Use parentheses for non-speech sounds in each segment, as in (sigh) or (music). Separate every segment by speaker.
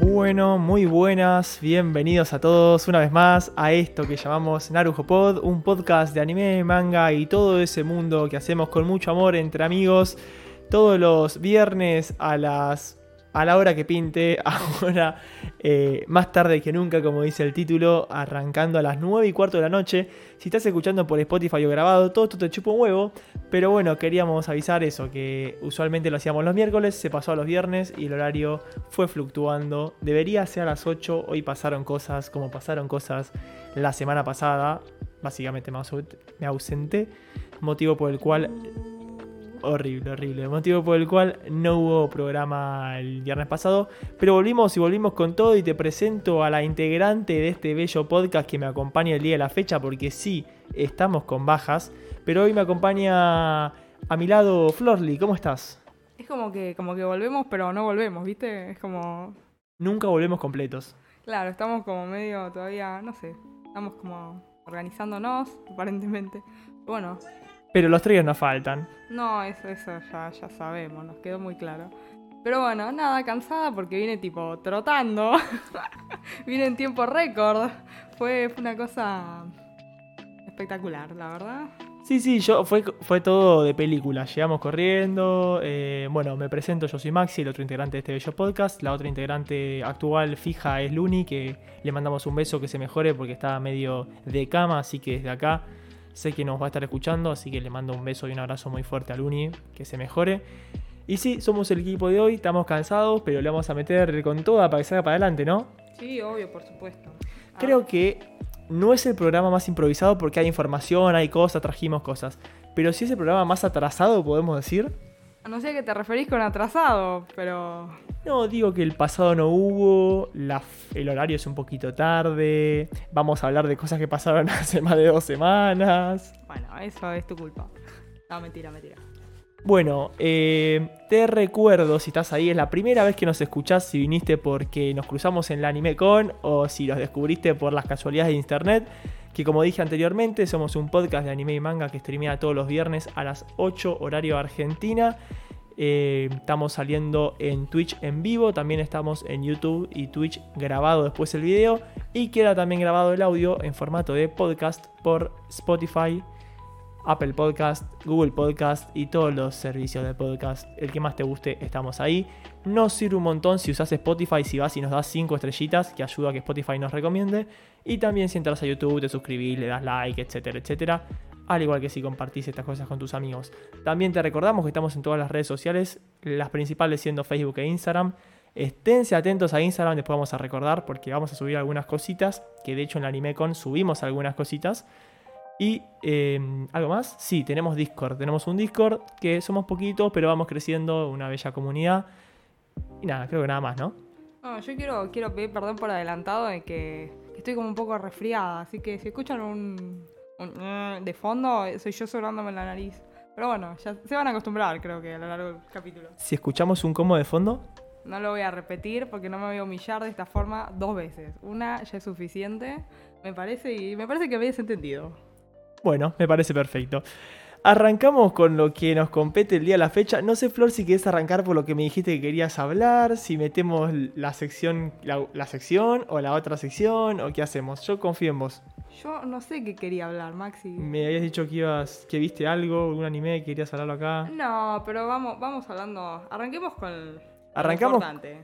Speaker 1: bueno, muy buenas, bienvenidos a todos una vez más a esto que llamamos Narujo Pod, un podcast de anime, manga y todo ese mundo que hacemos con mucho amor entre amigos todos los viernes a las a la hora que pinte, (laughs) ahora eh, más tarde que nunca, como dice el título, arrancando a las 9 y cuarto de la noche. Si estás escuchando por Spotify o grabado, todo esto te chupa un huevo, pero bueno, queríamos avisar eso, que usualmente lo hacíamos los miércoles, se pasó a los viernes y el horario fue fluctuando. Debería ser a las 8, hoy pasaron cosas como pasaron cosas la semana pasada, básicamente me ausenté, motivo por el cual horrible, horrible. Motivo por el cual no hubo programa el viernes pasado. Pero volvimos y volvimos con todo y te presento a la integrante de este bello podcast que me acompaña el día de la fecha porque sí, estamos con bajas. Pero hoy me acompaña a mi lado Florly, ¿cómo estás?
Speaker 2: Es como que, como que volvemos pero no volvemos, ¿viste? Es como...
Speaker 1: Nunca volvemos completos.
Speaker 2: Claro, estamos como medio todavía, no sé, estamos como organizándonos (laughs) aparentemente. Bueno,
Speaker 1: pero los tríos no faltan.
Speaker 2: No, eso, eso ya, ya sabemos, nos quedó muy claro. Pero bueno, nada, cansada porque vine tipo trotando. (laughs) vine en tiempo récord. Fue, fue, una cosa espectacular, la verdad.
Speaker 1: Sí, sí, yo fue, fue todo de película. Llegamos corriendo. Eh, bueno, me presento, yo soy Maxi, el otro integrante de este bello podcast. La otra integrante actual fija es Luni, que le mandamos un beso que se mejore porque estaba medio de cama, así que desde acá sé que nos va a estar escuchando, así que le mando un beso y un abrazo muy fuerte a Luni, que se mejore. Y sí, somos el equipo de hoy, estamos cansados, pero le vamos a meter con toda para que salga para adelante, ¿no?
Speaker 2: Sí, obvio, por supuesto.
Speaker 1: Ah. Creo que no es el programa más improvisado porque hay información, hay cosas, trajimos cosas. Pero sí es el programa más atrasado, podemos decir.
Speaker 2: No sé a qué te referís con atrasado, pero...
Speaker 1: No, digo que el pasado no hubo, la el horario es un poquito tarde, vamos a hablar de cosas que pasaron (laughs) hace más de dos semanas.
Speaker 2: Bueno, eso es tu culpa. No, mentira, mentira.
Speaker 1: Bueno, eh, te recuerdo, si estás ahí, es la primera vez que nos escuchás, si viniste porque nos cruzamos en la anime con o si los descubriste por las casualidades de internet que como dije anteriormente, somos un podcast de anime y manga que streamea todos los viernes a las 8 horario Argentina. Eh, estamos saliendo en Twitch en vivo, también estamos en YouTube y Twitch grabado después el video y queda también grabado el audio en formato de podcast por Spotify, Apple Podcast, Google Podcast y todos los servicios de podcast. El que más te guste, estamos ahí. Nos sirve un montón si usas Spotify, si vas y nos das 5 estrellitas, que ayuda a que Spotify nos recomiende. Y también si entras a YouTube, te suscribís, le das like, etcétera, etcétera. Al igual que si compartís estas cosas con tus amigos. También te recordamos que estamos en todas las redes sociales, las principales siendo Facebook e Instagram. Esténse atentos a Instagram, después vamos a recordar porque vamos a subir algunas cositas, que de hecho en la AnimeCon subimos algunas cositas. Y eh, algo más, sí, tenemos Discord. Tenemos un Discord que somos poquitos, pero vamos creciendo, una bella comunidad. Y nada, creo que nada más, ¿no?
Speaker 2: No, yo quiero, quiero pedir perdón por adelantado de que estoy como un poco resfriada, así que si escuchan un, un de fondo, soy yo sobrándome la nariz. Pero bueno, ya se van a acostumbrar, creo que a lo largo del capítulo.
Speaker 1: Si escuchamos un como de fondo.
Speaker 2: No lo voy a repetir porque no me voy a humillar de esta forma dos veces. Una ya es suficiente, me parece, y me parece que me habéis entendido.
Speaker 1: Bueno, me parece perfecto. Arrancamos con lo que nos compete el día de la fecha. No sé, Flor, si querés arrancar por lo que me dijiste que querías hablar, si metemos la sección, la, la sección o la otra sección, o qué hacemos. Yo confío en vos.
Speaker 2: Yo no sé qué quería hablar, Maxi.
Speaker 1: Me habías dicho que ibas, que viste algo, un anime, que querías hablarlo acá.
Speaker 2: No, pero vamos, vamos hablando. Arranquemos con el
Speaker 1: Arrancamos.
Speaker 2: Importante.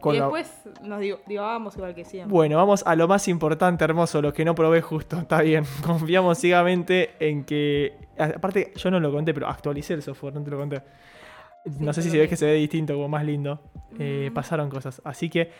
Speaker 2: Con y después la... nos digo, digamos igual que siempre.
Speaker 1: Bueno, vamos a lo más importante, hermoso, lo que no probé justo, (laughs) está bien. Confiamos ciegamente en que. Aparte, yo no lo conté, pero actualicé el software, no te lo conté. Sí, no sé si ves que... que se ve distinto, como más lindo. Mm. Eh, pasaron cosas. Así que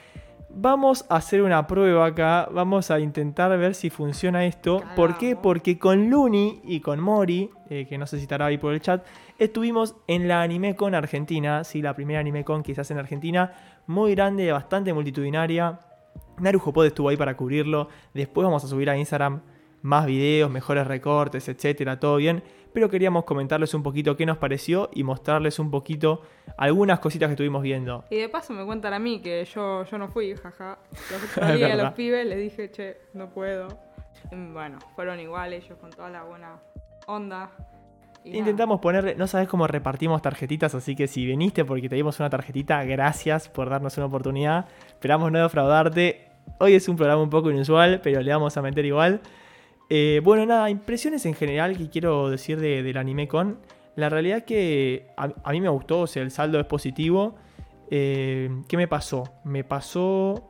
Speaker 1: vamos a hacer una prueba acá. Vamos a intentar ver si funciona esto. Caramba. ¿Por qué? Porque con Luni y con Mori, eh, que no sé si estará ahí por el chat, estuvimos en la AnimeCon Argentina. Sí, la primera AnimeCon que se hace en Argentina muy grande, bastante multitudinaria. Narujo Pod estuvo ahí para cubrirlo. Después vamos a subir a Instagram más videos, mejores recortes, etcétera, todo bien. Pero queríamos comentarles un poquito qué nos pareció y mostrarles un poquito algunas cositas que estuvimos viendo.
Speaker 2: Y de paso me cuentan a mí que yo, yo no fui,
Speaker 1: (laughs)
Speaker 2: jaja. Los a los pibes les dije, che, Mm, no puedo. Y bueno, fueron igual ellos con toda la buena onda. Y
Speaker 1: Intentamos ponerle, no sabes cómo repartimos tarjetitas, así que si viniste porque te dimos una tarjetita, gracias por darnos una oportunidad. Esperamos no defraudarte. Hoy es un programa un poco inusual, pero le vamos a meter igual. Eh, bueno, nada, impresiones en general que quiero decir de- del anime con. La realidad que a, a mí me gustó, o sea, el saldo es positivo. Eh, ¿Qué me pasó? Me pasó...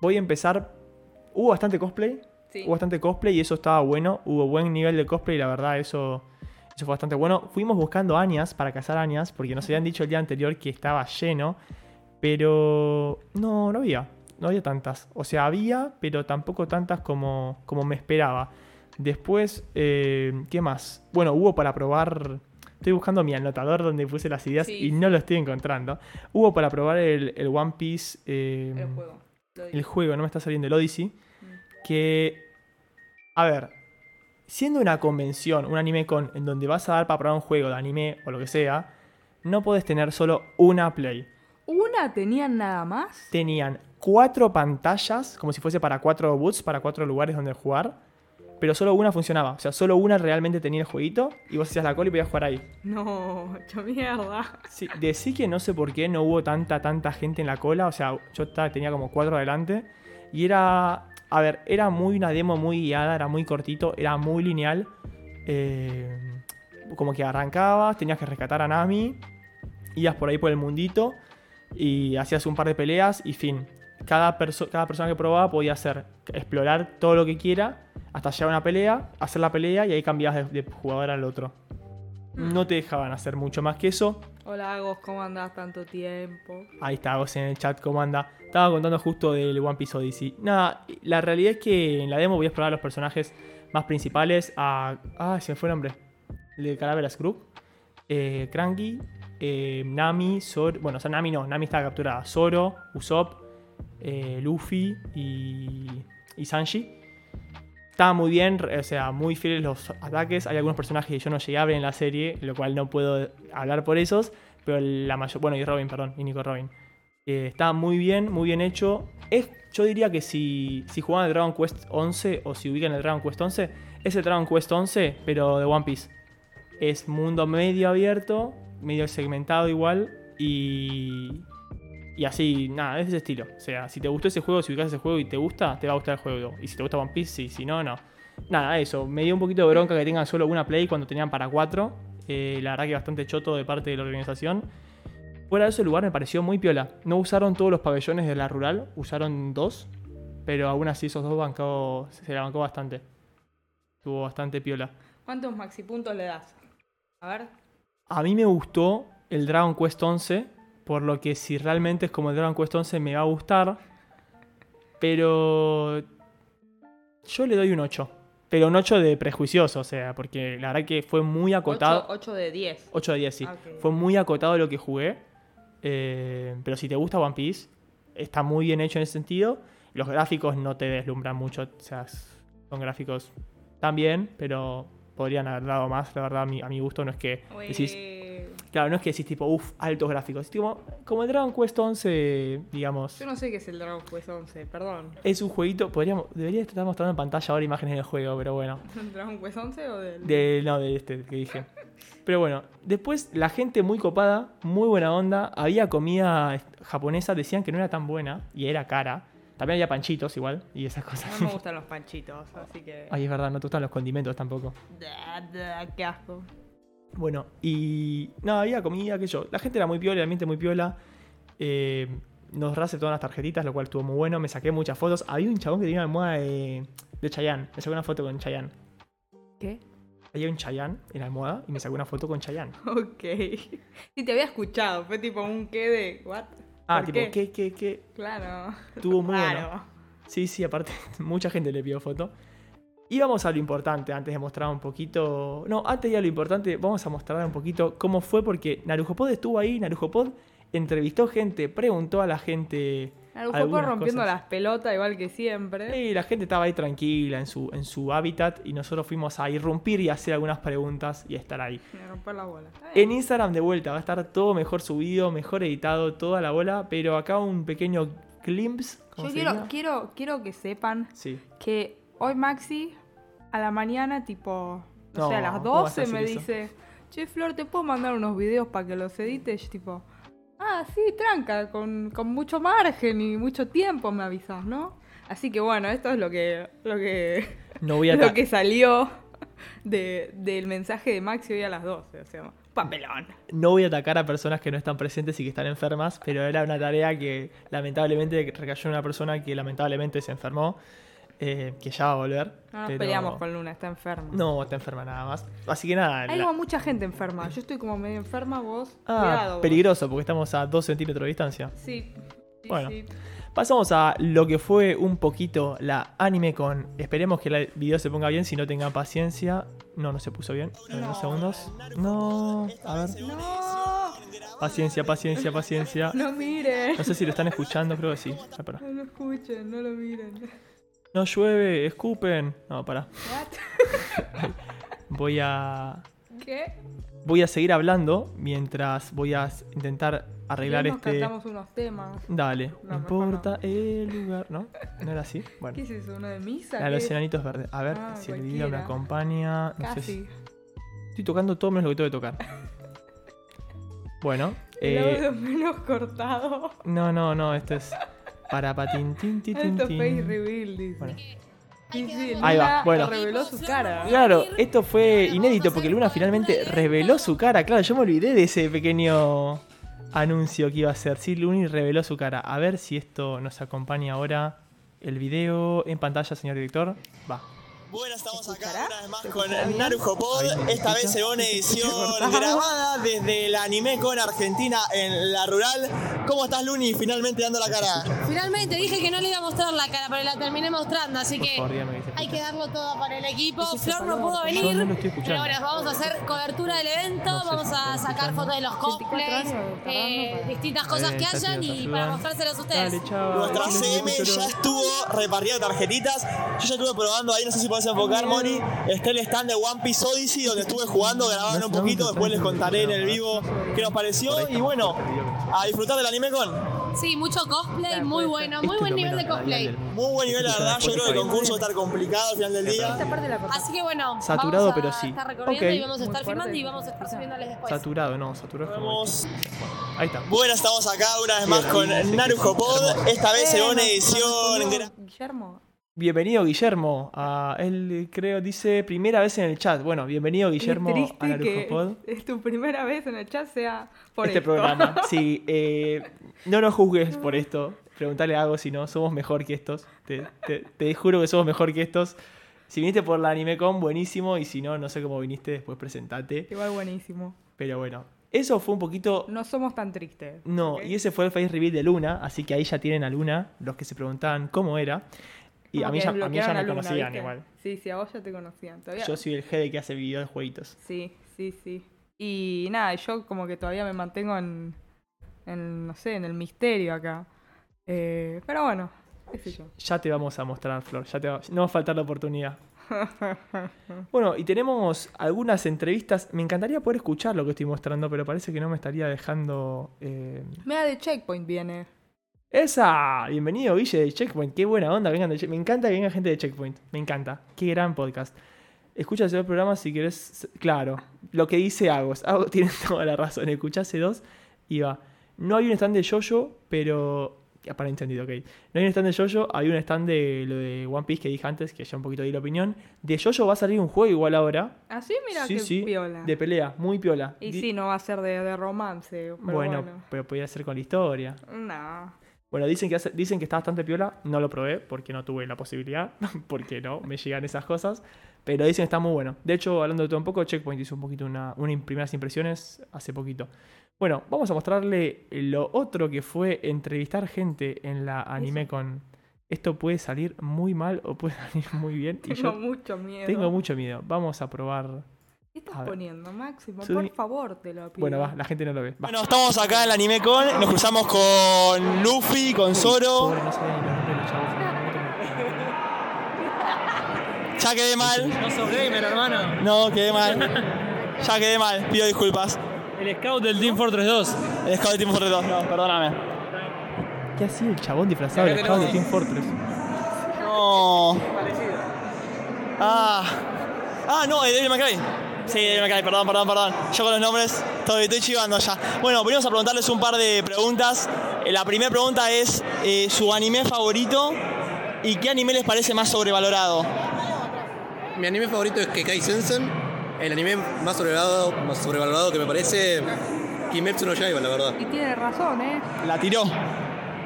Speaker 1: Voy a empezar... Hubo bastante cosplay,
Speaker 2: Sí.
Speaker 1: Hubo bastante cosplay y eso estaba bueno. Hubo buen nivel de cosplay y la verdad eso, eso fue bastante bueno. Fuimos buscando añas para cazar añas porque nos habían dicho el día anterior que estaba lleno. Pero no, no había. No había tantas. O sea, había, pero tampoco tantas como, como me esperaba. Después, eh, ¿qué más? Bueno, hubo para probar... Estoy buscando mi anotador donde puse las ideas
Speaker 2: Sí,
Speaker 1: y no lo estoy encontrando. Hubo para probar el, el One Piece... eh,
Speaker 2: El juego. Lo
Speaker 1: el
Speaker 2: digo.
Speaker 1: juego, no me está saliendo el Odyssey. Que. A ver. Siendo una convención, un anime con. En donde vas a dar para probar un juego de anime o lo que sea. No podés tener solo una play.
Speaker 2: ¿Una tenían nada más?
Speaker 1: Tenían cuatro pantallas, como si fuese para cuatro boots, para cuatro lugares donde jugar. Pero solo una funcionaba. O sea, solo una realmente tenía el jueguito. Y vos hacías la cola y podías jugar ahí.
Speaker 2: No, hecho mierda.
Speaker 1: Sí, decí que no sé por qué no hubo tanta, tanta gente en la cola. O sea, yo ta- tenía como cuatro adelante. Y era. A ver, era muy una demo muy guiada, era muy cortito, era muy lineal. Eh, como que arrancabas, tenías que rescatar a Nami, ibas por ahí por el mundito y hacías un par de peleas y fin. Cada, perso- cada persona que probaba podía hacer, explorar todo lo que quiera hasta llegar a una pelea, hacer la pelea y ahí cambiabas de, de jugador al otro. No te dejaban hacer mucho más que eso.
Speaker 2: Hola, Agos, ¿cómo andás tanto tiempo?
Speaker 1: Ahí está, vos en el chat, ¿cómo anda? Estaba contando justo del One Piece Odyssey. Nada, la realidad es que en la demo voy a explorar a los personajes más principales. A, ah, se me fue el nombre. El de Calaveras Group. Eh, Cranky, eh, Nami, Zoro. Bueno, o sea, Nami no, Nami está capturada. Zoro, Usopp, eh, Luffy y, y Sanji. Estaba muy bien, re- o sea, muy fieles los ataques. Hay algunos personajes que yo no llegué a ver en la serie, lo cual no puedo hablar por esos. Pero la mayor. Bueno, y Robin, perdón, y Nico Robin. Eh, está muy bien, muy bien hecho. Es, yo diría que si, si jugaban el Dragon Quest 11 o si ubican el Dragon Quest 11, es el Dragon Quest 11, pero de One Piece. Es mundo medio abierto, medio segmentado igual y. Y así, nada, es de ese estilo. O sea, si te gustó ese juego, si ubicás ese juego y te gusta, te va a gustar el juego. Y si te gusta One Piece, sí, si no, no. Nada, eso. Me dio un poquito de bronca que tengan solo una play cuando tenían para cuatro. Eh, la verdad que bastante choto de parte de la organización. Fuera de ese lugar me pareció muy piola. No usaron todos los pabellones de la rural, usaron dos, pero aún así esos dos bancó, se la bancó bastante. Estuvo bastante piola.
Speaker 2: ¿Cuántos maxipuntos le das? A ver.
Speaker 1: A mí me gustó el Dragon Quest 11, por lo que si realmente es como el Dragon Quest 11 me va a gustar, pero yo le doy un 8. Pero un 8 de prejuicioso, o sea, porque la verdad que fue muy acotado.
Speaker 2: 8, de 10.
Speaker 1: 8 de 10, sí.
Speaker 2: Ah, ok.
Speaker 1: Fue muy acotado lo que jugué. eh, pero si te gusta One Piece, está muy bien hecho en ese sentido. Los gráficos no te deslumbran mucho. O sea, s- son gráficos tan bien, pero podrían haber dado más. La verdad, a mi, a mi gusto no es que decís.
Speaker 2: Ué.
Speaker 1: Claro, no es que decís tipo, uff, altos gráficos. Es tipo, como el Dragon Quest 11, digamos.
Speaker 2: Yo no sé qué es el Dragon Quest 11, perdón.
Speaker 1: Es un jueguito, podríamos, debería estar mostrando en pantalla ahora imágenes del juego, pero bueno.
Speaker 2: ¿El Dragon Quest 11 o del.?
Speaker 1: De, no, de este que dije. Pero bueno, después la gente muy copada, muy buena onda. Había comida japonesa, decían que no era tan buena y era cara. También había panchitos igual y esas cosas.
Speaker 2: (laughs) No me gustan los panchitos, así que.
Speaker 1: (laughs) Ay, es verdad, no te gustan los condimentos tampoco.
Speaker 2: Da, da, qué asco.
Speaker 1: Bueno, y no, había comida, que yo. La gente era muy piola, el ambiente muy piola. Eh, nos todas las tarjetitas, lo cual estuvo muy bueno. Me saqué muchas fotos. Había un chabón que tenía una almohada de, de Chayanne. Me saqué una foto con Chayanne.
Speaker 2: ¿Qué?
Speaker 1: Había un Chayanne en la almohada y me saqué una foto con Chayanne.
Speaker 2: Ok. (laughs) Sí, te había escuchado, fue tipo un qué de. ¿What?
Speaker 1: Ah,
Speaker 2: ¿Por
Speaker 1: tipo, ¿qué, qué, qué?
Speaker 2: Claro.
Speaker 1: Estuvo muy bueno.
Speaker 2: Claro.
Speaker 1: Sí, sí, aparte, (laughs) mucha gente le pidió foto. Y vamos a lo importante, antes de mostrar un poquito. No, antes de ir a lo importante, vamos a mostrar un poquito cómo fue, porque Narujopod estuvo ahí, Narujopod entrevistó gente, preguntó a la gente.
Speaker 2: Narujopo
Speaker 1: algunas
Speaker 2: rompiendo
Speaker 1: cosas.
Speaker 2: las pelotas igual que siempre.
Speaker 1: Y la gente estaba ahí tranquila en su, en su hábitat y nosotros fuimos a irrumpir y hacer algunas preguntas y estar ahí.
Speaker 2: Me romper la bola. Está bien.
Speaker 1: En Instagram de vuelta va a estar todo mejor subido, mejor editado, toda la bola, pero acá un pequeño glimpse. ¿cómo se
Speaker 2: Yo quiero,
Speaker 1: diría?
Speaker 2: quiero, quiero que sepan
Speaker 1: Sí.
Speaker 2: que hoy Maxi a la mañana, tipo, no,
Speaker 1: No,
Speaker 2: sé, a las
Speaker 1: ¿cómo vas a
Speaker 2: 12 me
Speaker 1: decir eso?
Speaker 2: dice, che, Flor, ¿te puedo mandar unos videos para que los edites? Tipo, ah, sí, tranca, con, con mucho margen y mucho tiempo me avisas, ¿no? Así que bueno, esto es lo que, lo que,
Speaker 1: No voy a
Speaker 2: (laughs) lo
Speaker 1: ta-
Speaker 2: que salió de- del mensaje de Maxi hoy a las 12, o sea, papelón.
Speaker 1: no voy a atacar a personas que no están presentes y que están enfermas, pero era una tarea que lamentablemente recayó en una persona que lamentablemente se enfermó, eh, que ya va a volver.
Speaker 2: No Ah, nos
Speaker 1: pero-
Speaker 2: peleamos con Luna, está enferma.
Speaker 1: No, está enferma nada más. Así que nada.
Speaker 2: Hay
Speaker 1: la-
Speaker 2: como mucha gente enferma. Yo estoy como medio enferma, vos.
Speaker 1: Ah,
Speaker 2: cuidado. vos.
Speaker 1: peligroso, porque estamos a 2 centímetros de distancia.
Speaker 2: Sí. sí,
Speaker 1: Bueno.
Speaker 2: sí.
Speaker 1: Pasamos a lo que fue un poquito la anime con. Esperemos que el video se ponga bien, si no tengan paciencia. No, no se puso bien. A ver, unos segundos. No, a ver.
Speaker 2: No,
Speaker 1: Paciencia, paciencia, paciencia.
Speaker 2: no miren.
Speaker 1: No sé si lo están escuchando, creo que sí. Ah, pará.
Speaker 2: No lo escuchen, no lo miren.
Speaker 1: No llueve, escupen. No, pará.
Speaker 2: What?
Speaker 1: Voy a.
Speaker 2: ¿Qué?
Speaker 1: Voy a seguir hablando mientras voy a s- intentar arreglar
Speaker 2: nos
Speaker 1: este.
Speaker 2: cantamos unos temas.
Speaker 1: Dale, no,
Speaker 2: No, mejor
Speaker 1: importa el lugar, ¿no? ¿No era así? Bueno,
Speaker 2: ¿Qué es eso? ¿Uno de misa?
Speaker 1: la de los
Speaker 2: ¿Qué?
Speaker 1: enanitos verdes. A ver
Speaker 2: Ah,
Speaker 1: si el video me
Speaker 2: cualquiera.
Speaker 1: acompaña. No sé si-
Speaker 2: Casi.
Speaker 1: Estoy tocando todo menos lo que tengo que tocar.
Speaker 2: (laughs)
Speaker 1: Bueno,
Speaker 2: El
Speaker 1: eh,
Speaker 2: audio menos cortado.
Speaker 1: no, no, no, esto es para patín, tin, tin, tin,
Speaker 2: Alto face
Speaker 1: tin.
Speaker 2: reveal, dice.
Speaker 1: Bueno.
Speaker 2: Sí, sí,
Speaker 1: Ahí va,
Speaker 2: Luna
Speaker 1: bueno.
Speaker 2: reveló su cara.
Speaker 1: Claro, esto fue inédito porque Luna finalmente reveló su cara. Claro, yo me olvidé de ese pequeño anuncio que iba a hacer. Sí, Luni reveló su cara. A ver si esto nos acompaña ahora. El video en pantalla, señor director. Va.
Speaker 3: Bueno, estamos
Speaker 2: escuchará?
Speaker 3: acá una vez más
Speaker 2: ¿Se
Speaker 3: con
Speaker 2: escuchará bien?
Speaker 3: Narujo Pod.
Speaker 1: Ahí se
Speaker 3: Esta vez
Speaker 1: escucha.
Speaker 3: se va una
Speaker 2: cortado.
Speaker 3: edición grabada desde el anime con Argentina en la rural. ¿Cómo estás, Luni? Finalmente dando la cara.
Speaker 4: Finalmente dije que no le iba a mostrar la cara, pero la terminé mostrando, así
Speaker 1: Por
Speaker 4: que
Speaker 1: favor, dígame que se
Speaker 4: hay que
Speaker 1: escucha.
Speaker 4: darlo todo para el equipo.
Speaker 2: Ese es el
Speaker 4: Flor no
Speaker 2: saludo.
Speaker 4: pudo venir,
Speaker 1: Yo no lo estoy escuchando.
Speaker 4: pero bueno, vamos a hacer cobertura del evento,
Speaker 1: No sé si
Speaker 4: vamos
Speaker 1: está
Speaker 4: a sacar
Speaker 1: escuchando.
Speaker 4: fotos de los
Speaker 2: 24 años
Speaker 4: cosplays,
Speaker 2: de Tarrano
Speaker 4: eh,
Speaker 2: para-
Speaker 4: distintas cosas
Speaker 1: Ahí,
Speaker 4: que
Speaker 1: ya se
Speaker 4: hayan
Speaker 1: nos
Speaker 4: y
Speaker 1: ayudan.
Speaker 4: para mostrárselas a ustedes.
Speaker 1: Dale, chao.
Speaker 3: Nuestra
Speaker 1: Chile,
Speaker 3: CM
Speaker 1: Chile,
Speaker 3: ya
Speaker 1: Chile.
Speaker 3: estudios, repartiendo tarjetitas. Yo ya estuve probando ahí, no sé si podés enfocar, Moni. Está el stand de One Piece Odyssey donde estuve jugando, grabando un poquito. Después les contaré en el vivo qué nos pareció. Y bueno, a disfrutar del anime con.
Speaker 4: Sí, mucho cosplay, muy bueno, muy
Speaker 1: Esto Este es
Speaker 4: buen
Speaker 1: lo
Speaker 4: nivel
Speaker 1: menos
Speaker 4: de
Speaker 1: radial
Speaker 4: cosplay.
Speaker 1: del Este mundo.
Speaker 3: Muy buen nivel, la verdad. Yo creo que el concurso va a estar complicado al final del día.
Speaker 2: Esta parte la cortamos.
Speaker 4: Así que bueno,
Speaker 1: Saturado,
Speaker 4: vamos a
Speaker 1: pero sí.
Speaker 4: estar recorriendo
Speaker 1: Ok.
Speaker 4: y vamos a estar
Speaker 2: Muy fuerte.
Speaker 4: filmando y vamos a estar subiéndoles después.
Speaker 1: Saturado, no, saturado es como. este.
Speaker 3: Vemos.
Speaker 1: Ahí está.
Speaker 3: Bueno, estamos acá una vez más
Speaker 1: Sí,
Speaker 3: con
Speaker 1: sí, sí, sí,
Speaker 3: Narujo
Speaker 1: hermoso.
Speaker 3: Pod. Esta vez se
Speaker 2: Eh,
Speaker 3: va una
Speaker 2: nos- nos
Speaker 3: edición.
Speaker 2: respondió
Speaker 3: gra-
Speaker 2: Guillermo.
Speaker 1: Bienvenido, Guillermo. a- él creo dice primera vez en el chat. Bueno, bienvenido, Guillermo,
Speaker 2: Qué triste
Speaker 1: a Narujo
Speaker 2: que
Speaker 1: Pod.
Speaker 2: Es tu primera vez en el chat, sea por
Speaker 1: este
Speaker 2: esto.
Speaker 4: (laughs)
Speaker 1: programa. Sí, eh, no nos juzgues por esto. Preguntale algo si no, somos mejor que estos. Te, te- te juro que somos mejor que estos. Si viniste por la AnimeCon, buenísimo. Y si no, no sé cómo viniste, después presentate.
Speaker 2: (laughs) Igual buenísimo.
Speaker 1: Pero bueno, eso fue un poquito.
Speaker 2: No somos tan tristes.
Speaker 1: No,
Speaker 2: ¿ok?
Speaker 1: y ese fue el face reveal de Luna. Así que ahí ya tienen a Luna, los que se preguntaban cómo era. Y
Speaker 2: Como
Speaker 1: a mí,
Speaker 2: que
Speaker 1: ya, a mí ya
Speaker 2: desbloquearon
Speaker 1: me
Speaker 2: a Luna,
Speaker 1: conocían
Speaker 2: ¿viste?
Speaker 1: igual.
Speaker 2: Sí, sí, a vos ya te conocían. Todavía.
Speaker 1: Yo soy el GD que hace videos de jueguitos.
Speaker 2: Sí, sí, sí. Y nada, yo como que todavía me mantengo en, en no sé, en el misterio acá. Eh, pero bueno, qué sé yo.
Speaker 1: Ya te vamos a mostrar, Flor. Ya te va- no va a faltar la
Speaker 2: (laughs)
Speaker 1: oportunidad. Bueno, y tenemos algunas entrevistas. Me encantaría poder escuchar lo que estoy mostrando, pero parece que no me estaría dejando. eh,
Speaker 2: Mira, de Checkpoint viene.
Speaker 1: ¡Esa! Bienvenido, Guille de Checkpoint. Qué buena onda. Vengan de Che- Me encanta que venga gente de Checkpoint. Me encanta. Qué gran podcast. Escucha ese programa si querés. Claro, lo que dice Agos. Agos (laughs) tiene toda la razón. Escuchase dos y va. No hay un stand de Jojo, pero. ah, Para entendido, ok. No hay un stand de Jojo, hay un stand de lo de One Piece que dije antes, que ya un poquito di la opinión. De Jojo va a salir un juego igual ahora.
Speaker 2: Así, Ah, mira
Speaker 1: sí,
Speaker 2: qué
Speaker 1: sí.
Speaker 2: piola.
Speaker 1: De pelea, muy piola.
Speaker 2: Y
Speaker 1: Di-
Speaker 2: sí, no va a ser de, de romance. Pero
Speaker 1: bueno,
Speaker 2: bueno,
Speaker 1: pero podía ser con la historia.
Speaker 2: No.
Speaker 1: Bueno, dicen que, hace- dicen que está bastante piola. No lo probé porque no tuve la posibilidad. (laughs) Porque no, me llegan esas cosas. Pero dicen que está muy bueno. De hecho, hablando de todo un poco, Checkpoint hizo un poquito una, una im- primeras impresiones hace poquito. Bueno, vamos a mostrarle lo otro que fue entrevistar gente en la anime con. Esto puede salir muy mal o puede (laughs) salir muy bien. Y yo
Speaker 2: Tengo mucho miedo.
Speaker 1: tengo mucho miedo. Vamos a probar.
Speaker 2: ¿Qué
Speaker 1: A
Speaker 2: estás
Speaker 1: ver.
Speaker 2: poniendo, Máximo?
Speaker 1: Soy-
Speaker 2: Por favor, te lo pido.
Speaker 1: Bueno, va, la gente no lo ve. Va.
Speaker 3: Bueno, estamos acá en el anime con. Nos cruzamos con Luffy, con Zoro.
Speaker 1: Pobre, no sabía ni los nombres de los chavos.
Speaker 3: Ya quedé mal. No sos gamer, hermano. No, quedé mal. Ya quedé mal. Pido disculpas.
Speaker 5: El scout del Team Fortress 2.
Speaker 3: El scout de Team Fortress 2. No, perdóname.
Speaker 2: (laughs)
Speaker 1: ¿Qué hacía el chabón disfrazado del chabón de Team Fortress?
Speaker 3: No. Ah. Ah, no, el Devil May Cry. Sí, me caí, perdón, perdón, perdón. Yo con los nombres estoy, estoy chivando ya. Bueno, venimos a preguntarles un par de preguntas. Eh, La primera pregunta es eh, su anime favorito y qué anime les parece más sobrevalorado.
Speaker 6: Mi anime favorito es Kekai Sensen. El anime más sobrevalorado, más sobrevalorado que me parece Kimetsu no Yaiba, la verdad.
Speaker 2: Y tiene razón, ¿eh?
Speaker 3: La tiró.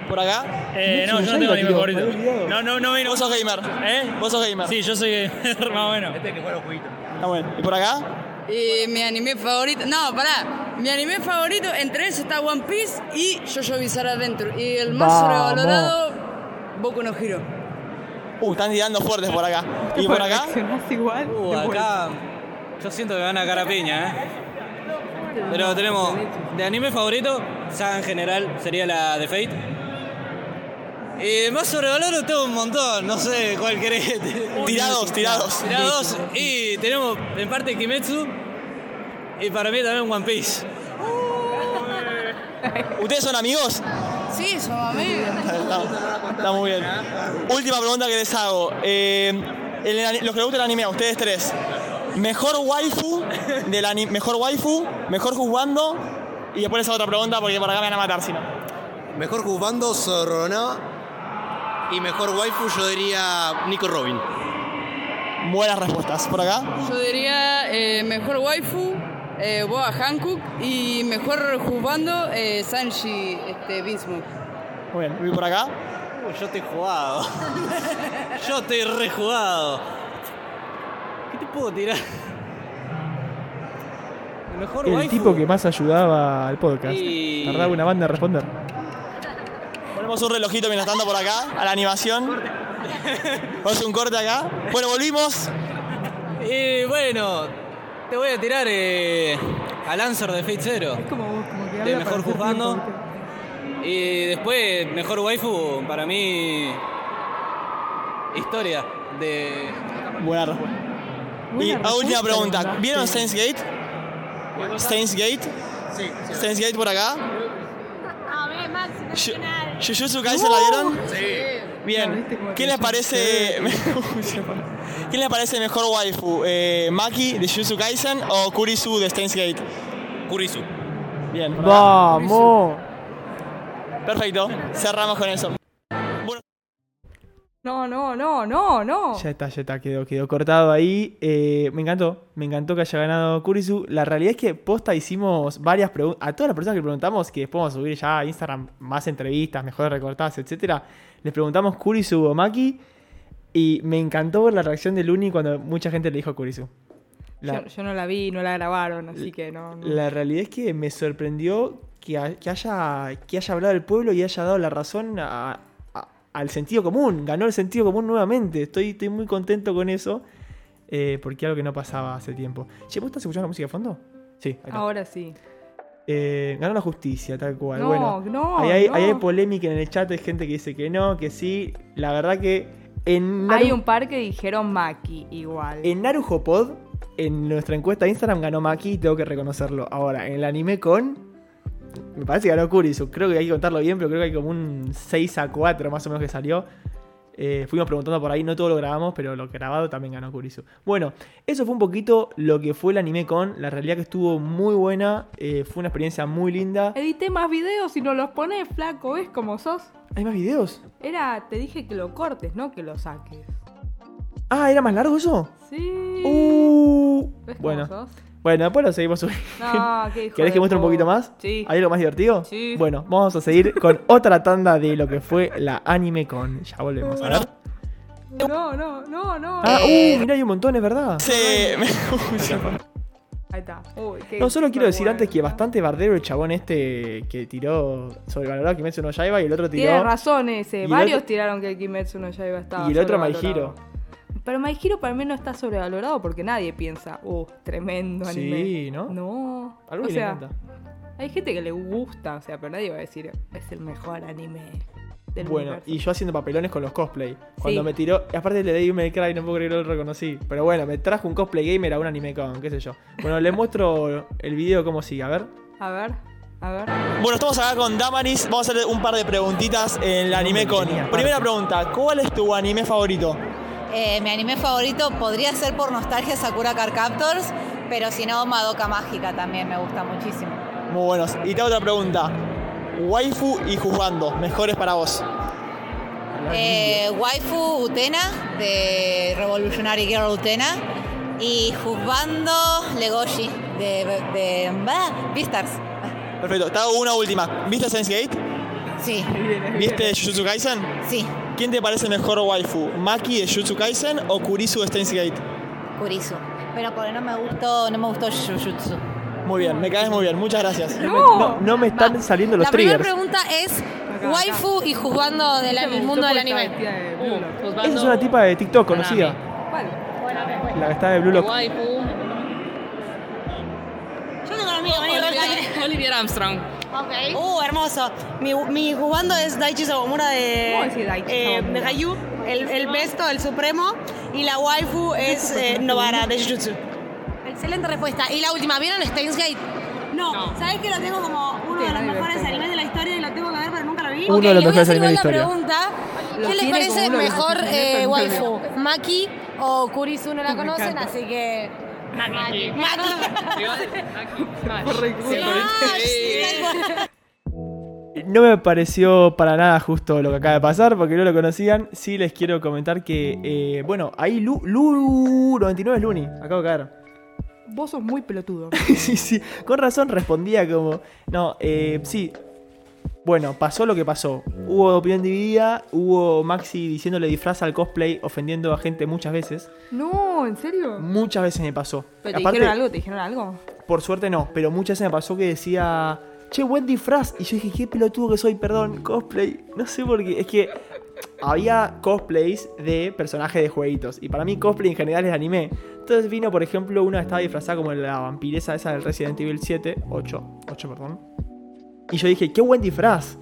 Speaker 3: Por acá.
Speaker 5: Eh, no, yo no tengo anime favorito. No, no, no vino.
Speaker 3: Vos sos gamer.
Speaker 5: ¿Eh?
Speaker 3: Vos sos gamer.
Speaker 5: Sí, yo (laughs) soy más o menos.
Speaker 7: Este
Speaker 3: Está bueno. ¿Y por acá?
Speaker 8: Y mi anime favorito. No, pará. Mi anime favorito entre ellos está One Piece y Jojo Bizarre Adventure. Y el más
Speaker 1: Vamos.
Speaker 8: sobrevalorado, Boku no Hero.
Speaker 3: Uh, están tirando fuertes por acá. ¿Y
Speaker 2: ¿Te
Speaker 3: por acá?
Speaker 2: reaccionás igual?
Speaker 7: Uh,
Speaker 2: De vuelta.
Speaker 7: acá yo siento que van a cagar a piña, ¿eh? Pero tenemos de anime favorito, saga en general sería la de Fate. Y más sobrevalorado tengo un montón, no sé cuál querés. (laughs)
Speaker 3: Tirados, tirados.
Speaker 7: Mirá dos. Y tenemos en parte Kimetsu y para mí también One Piece.
Speaker 3: ¿Ustedes son amigos?
Speaker 8: Sí, somos amigos.
Speaker 3: Está, está muy bien. Última pregunta que les hago. Eh, el- el- los que les gusta el anime, a ustedes tres. Mejor waifu del anime. Mejor waifu, mejor juzgando. Y después les hago otra pregunta porque por acá me van a matar si no.
Speaker 6: Mejor juzgando, Sorona. Y mejor waifu, yo diría Nico Robin.
Speaker 3: Buenas respuestas. Por acá.
Speaker 8: Yo diría eh, mejor waifu, eh, Boa Hankook y mejor jugando eh, Sanji este, Binsmoke.
Speaker 3: Muy bien. ¿Y por acá?
Speaker 7: Uh, yo estoy jugado. (laughs) yo estoy rejugado. ¿Qué te puedo tirar? El Mejor
Speaker 1: El
Speaker 7: waifu.
Speaker 1: tipo que más ayudaba al podcast.
Speaker 7: Y-
Speaker 1: Tardaba una banda en responder.
Speaker 3: Ponemos un relojito mientras tanto por acá, a la animación. (laughs) Vamos a un corte acá. Bueno, volvimos.
Speaker 7: Y bueno, te voy a tirar eh, al answer de Fate Zero.
Speaker 2: Es como, como que
Speaker 7: De
Speaker 2: habla
Speaker 7: mejor
Speaker 2: para hacer
Speaker 7: juzgando.
Speaker 2: tiempo, ¿viste?
Speaker 7: Y después, mejor waifu, para mí. Historia de.
Speaker 3: Buena respuesta. Y
Speaker 2: Buena
Speaker 3: a última
Speaker 2: respuesta, la
Speaker 3: pregunta.
Speaker 2: verdad.
Speaker 3: ¿Vieron Saints Gate? Saints Gate. Sí. Saints Gate por acá.
Speaker 4: No, ve, Max, Ah, no
Speaker 3: Yu-
Speaker 4: tiene nada.
Speaker 3: Jujutsu Kaisen la vieron?
Speaker 4: Sí.
Speaker 2: No,
Speaker 3: Bien.
Speaker 2: viste como
Speaker 3: ¿Quién
Speaker 2: que
Speaker 3: les
Speaker 2: sí,
Speaker 3: (laughs) parece ¿Quién les parece mejor waifu? Eh, ¿Maki de Jujutsu Kaisen o Kurisu de Steins Gate?
Speaker 6: Kurisu.
Speaker 3: Bien. por acá.
Speaker 1: ¡Vamos!
Speaker 3: Perfecto. Cerramos con eso.
Speaker 2: No, no, no, no, no.
Speaker 1: Ya está, ya está, quedó, quedó cortado ahí. Eh, me encantó, me encantó que haya ganado Kurisu. La realidad es que posta hicimos varias preguntas. A todas las personas que preguntamos, que después vamos a subir ya a Instagram más entrevistas, mejores recortadas, etcétera, les preguntamos Kurisu o Maki. Y me encantó ver la reacción de Luni cuando mucha gente le dijo Kurisu. La,
Speaker 2: Yo, yo no la vi, no la grabaron, así que no. no.
Speaker 1: la realidad es que me sorprendió que, ha- que haya, que haya hablado el pueblo y haya dado la razón a- a- al sentido común. Ganó el sentido común nuevamente. Estoy, estoy muy contento con eso. eh, porque algo que no pasaba hace tiempo. Che, ¿vos estás escuchando la música de fondo? Sí, ahí está.
Speaker 2: Ahora sí.
Speaker 1: Eh, ganó la justicia, tal cual.
Speaker 2: No,
Speaker 1: bueno,
Speaker 2: no,
Speaker 1: ahí, hay,
Speaker 2: no.
Speaker 1: ahí hay polémica en el chat. Hay gente que dice que no, que sí. La verdad que en,
Speaker 2: Hay
Speaker 1: Naru-
Speaker 2: un par que dijeron Maki igual.
Speaker 1: en Narujo Pod, en nuestra encuesta de Instagram, ganó Maki y tengo que reconocerlo. Ahora, en el anime con. Me parece que ganó Kurisu. Creo que hay que contarlo bien, pero creo que hay como un 6 a 4 más o menos que salió. Eh, fuimos preguntando por ahí, no todo lo grabamos, pero lo grabado también ganó Kurisu. Bueno, eso fue un poquito lo que fue el anime con. La realidad que estuvo muy buena, eh, fue una experiencia muy linda.
Speaker 2: Edité más videos y no los pones, flaco, ¿ves como sos?
Speaker 1: ¿Hay más videos?
Speaker 2: Era, te dije que lo cortes, no que lo saques.
Speaker 1: Ah, ¿era más largo eso?
Speaker 2: Sí.
Speaker 1: Uh,
Speaker 2: ¿Ves cómo
Speaker 1: bueno, (laughs)
Speaker 2: sos?
Speaker 1: bueno, después lo seguimos subiendo.
Speaker 2: No, qué hijo
Speaker 1: ¿Querés que
Speaker 2: de
Speaker 1: muestre un poquito
Speaker 2: puta.
Speaker 1: más?
Speaker 2: Sí.
Speaker 1: ¿Hay algo más divertido?
Speaker 2: Sí.
Speaker 1: Bueno, vamos a seguir
Speaker 2: (laughs)
Speaker 1: con otra tanda de lo que fue la anime con. Ya volvemos. A
Speaker 2: (laughs)
Speaker 1: ver.
Speaker 2: No, no, no, no.
Speaker 1: Ah, uh, mirá, hay un montón, es verdad.
Speaker 3: Se...
Speaker 2: Ahí está. Uy, qué
Speaker 1: oh. No, solo quiero decir
Speaker 2: bueno.
Speaker 1: antes que bastante bardero el chabón este que tiró sobrevalorado a Kimetsu no Yaiba y el otro
Speaker 2: Tiene
Speaker 1: tiró.
Speaker 2: razón ese.
Speaker 1: y el
Speaker 2: Varios
Speaker 1: otro-
Speaker 2: tiraron que el Kimetsu no Yaiba estaba
Speaker 1: Y el otro My
Speaker 2: sobrevalorado.
Speaker 1: Hero.
Speaker 2: Pero My Hero para mí no está sobrevalorado porque nadie piensa, uh, tremendo
Speaker 1: Sí,
Speaker 2: anime.
Speaker 1: ¿no?
Speaker 2: No.
Speaker 1: Algo
Speaker 2: o
Speaker 1: que le
Speaker 2: sea,
Speaker 1: encanta.
Speaker 2: hay gente que le gusta, o sea, pero nadie va a decir, es el mejor anime del
Speaker 1: Bueno,
Speaker 2: universo.
Speaker 1: y yo haciendo papelones con los cosplay. Cuando
Speaker 2: Sí.
Speaker 1: me tiró. y Aparte le di un May Cry, no puedo creer que no lo reconocí. Pero bueno, me trajo un cosplay gamer a un anime con, qué sé yo. Bueno, les muestro el video cómo sigue, a ver.
Speaker 2: A ver, a ver.
Speaker 3: (laughs) Bueno, estamos acá con Damaris. Vamos a hacer un par de preguntitas en el anime con. Primera pregunta, ¿cuál es tu anime favorito?
Speaker 9: Eh, mi anime favorito podría ser por nostalgia Sakura Card Captors, Pero si no, Madoka Mágica también me gusta muchísimo.
Speaker 3: Muy buenos. Y te hago otra pregunta. Waifu y juzgando, mejores para vos.
Speaker 9: Eh, waifu Utena, de Revolutionary Girl Utena. Y Juzbando Legoshi, de, de, bah, Beastars.
Speaker 3: Perfecto, te hago una última. ¿Viste Sensegate?
Speaker 9: Sí,
Speaker 3: ¿Viste Jujutsu Kaisen?
Speaker 9: sí,
Speaker 3: ¿Quién te parece mejor waifu? ¿Maki de Jujutsu Kaisen o Kurisu de Steins Gate?
Speaker 9: Kurisu. Pero porque no me gustó, no me gustó Jujutsu.
Speaker 3: Muy bien, me caes muy bien, muchas gracias.
Speaker 1: No, no me están saliendo los
Speaker 4: La primera
Speaker 1: triggers.
Speaker 4: pregunta es waifu y jugando del
Speaker 2: me
Speaker 4: el
Speaker 2: gustó
Speaker 4: mundo del
Speaker 2: porque estaba
Speaker 4: anime.
Speaker 1: Uh,
Speaker 2: vestida de Blue Lock.
Speaker 1: Esa es una tipa de TikTok conocida,
Speaker 2: ¿Cuál?
Speaker 1: la que está de Blue Lock.
Speaker 10: Waifu.
Speaker 4: Yo tengo los míos, vení, dale.
Speaker 10: Olivier Armstrong.
Speaker 4: Ok.
Speaker 9: Uh, hermoso. Mi, mi jugando es Daichi Sawamura
Speaker 2: ¿Cómo
Speaker 9: de,
Speaker 2: decís Daichi
Speaker 9: eh,
Speaker 2: Sawamura?
Speaker 9: de Hayu, el, el besto, el supremo. Y la waifu es eh, Novara de Jujutsu.
Speaker 4: Excelente respuesta. Y la última, ¿vieron Steins Gate?
Speaker 9: No, ¿sabes que lo tengo como uno
Speaker 2: Sí, nadie lo espera.
Speaker 9: de la historia y lo tengo que ver, pero nunca lo vi?
Speaker 1: Uno de los
Speaker 4: les voy a
Speaker 1: mejores
Speaker 4: hacer
Speaker 1: animes de
Speaker 4: igual la
Speaker 1: historia.
Speaker 4: pregunta.
Speaker 2: Lo
Speaker 4: ¿Qué les
Speaker 2: tiene como
Speaker 4: parece
Speaker 2: uno de los
Speaker 4: mejor
Speaker 2: asesinos
Speaker 4: eh,
Speaker 2: en
Speaker 4: waifu?
Speaker 2: serio.
Speaker 4: ¿Maki o Kurisu? No la
Speaker 2: (laughs) Me
Speaker 4: conocen,
Speaker 2: encanta.
Speaker 4: así que... Maki.
Speaker 2: (laughs)
Speaker 4: Ah,
Speaker 1: No me pareció para nada justo lo que acaba de pasar, porque no lo conocían. Sí les quiero comentar que, eh, bueno, ahí Lu, Lu 99 es Luni, acabo de caer. (laughs)
Speaker 2: Vos sos muy
Speaker 4: (laughs)
Speaker 2: pelotudo.
Speaker 1: sí, sí, con razón respondía como, no, eh, sí. Bueno, pasó lo que pasó. Hubo opinión dividida, hubo Maxi diciéndole disfraza al cosplay, ofendiendo a gente muchas veces.
Speaker 2: No, ¿en serio?
Speaker 1: Muchas veces me pasó.
Speaker 2: ¿Pero te
Speaker 1: Mm. Aparte-
Speaker 2: dijeron algo? ¿Te dijeron algo?
Speaker 1: por suerte no, pero muchas veces me pasó que decía, che, buen disfraz. Y yo dije, qué pelotudo que soy, perdón, cosplay. No sé por qué. Es que había cosplays de personajes de jueguitos. Y para mí cosplay en general es anime. Entonces vino, por ejemplo, una que estaba disfrazada como la vampiresa esa del Resident Evil 7, 8, 8, perdón. Y yo dije, qué buen disfraz.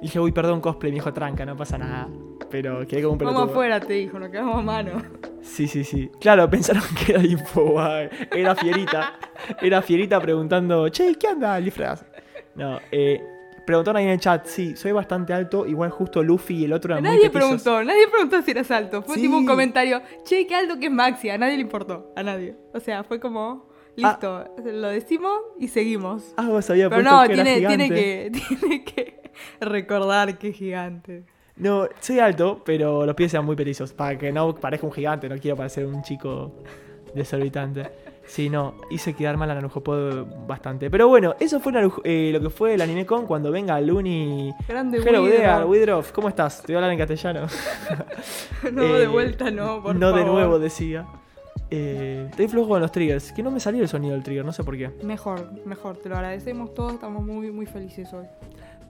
Speaker 1: Y dije, uy, perdón, cosplay. Me dijo, tranca, no pasa nada. Pero quedé como un pelotudo.
Speaker 2: Vamos afuera, te dijo, nos quedamos a mano.
Speaker 1: Sí, sí, sí. Claro, (laughs) pensaron que era Infobae. Era Fierita. Era Fierita preguntando, che, ¿qué anda el disfraz? No, eh, preguntaron ahí en el chat, sí, soy bastante alto, igual justo Luffy y el otro eran muy
Speaker 2: Nadie
Speaker 1: petizos.
Speaker 2: preguntó, nadie preguntó si eras alto. Fue
Speaker 1: Sí.
Speaker 2: tipo un comentario, che, qué alto que es Maxi, a nadie le importó, a nadie. O sea, fue como, listo, lo decimos y seguimos.
Speaker 1: Ah, vos había
Speaker 2: Pero
Speaker 1: puesto
Speaker 2: no,
Speaker 1: que era
Speaker 2: tiene, tiene,
Speaker 1: gigante.
Speaker 2: que, (laughs) tiene que recordar que es gigante.
Speaker 1: No, soy alto, pero los pies sean muy perizos. Para que no parezca un gigante, no quiero parecer un chico desorbitante. Sí, no, hice quedar mal a Narujopo bastante. Pero bueno, eso fue Naruj- eh, lo que fue el anime con cuando venga Luni.
Speaker 2: Grande
Speaker 1: Hello
Speaker 2: Widrow.
Speaker 1: there, Widrow, ¿cómo estás? Te voy a hablar en castellano.
Speaker 2: (laughs) No,
Speaker 1: Eh,
Speaker 2: de vuelta no, por
Speaker 1: no
Speaker 2: favor.
Speaker 1: de nuevo, decía. Eh, estoy flojo con los triggers. Que no me salió el sonido del trigger, no sé por qué.
Speaker 2: Mejor, mejor, te lo agradecemos todos, estamos muy, muy felices hoy.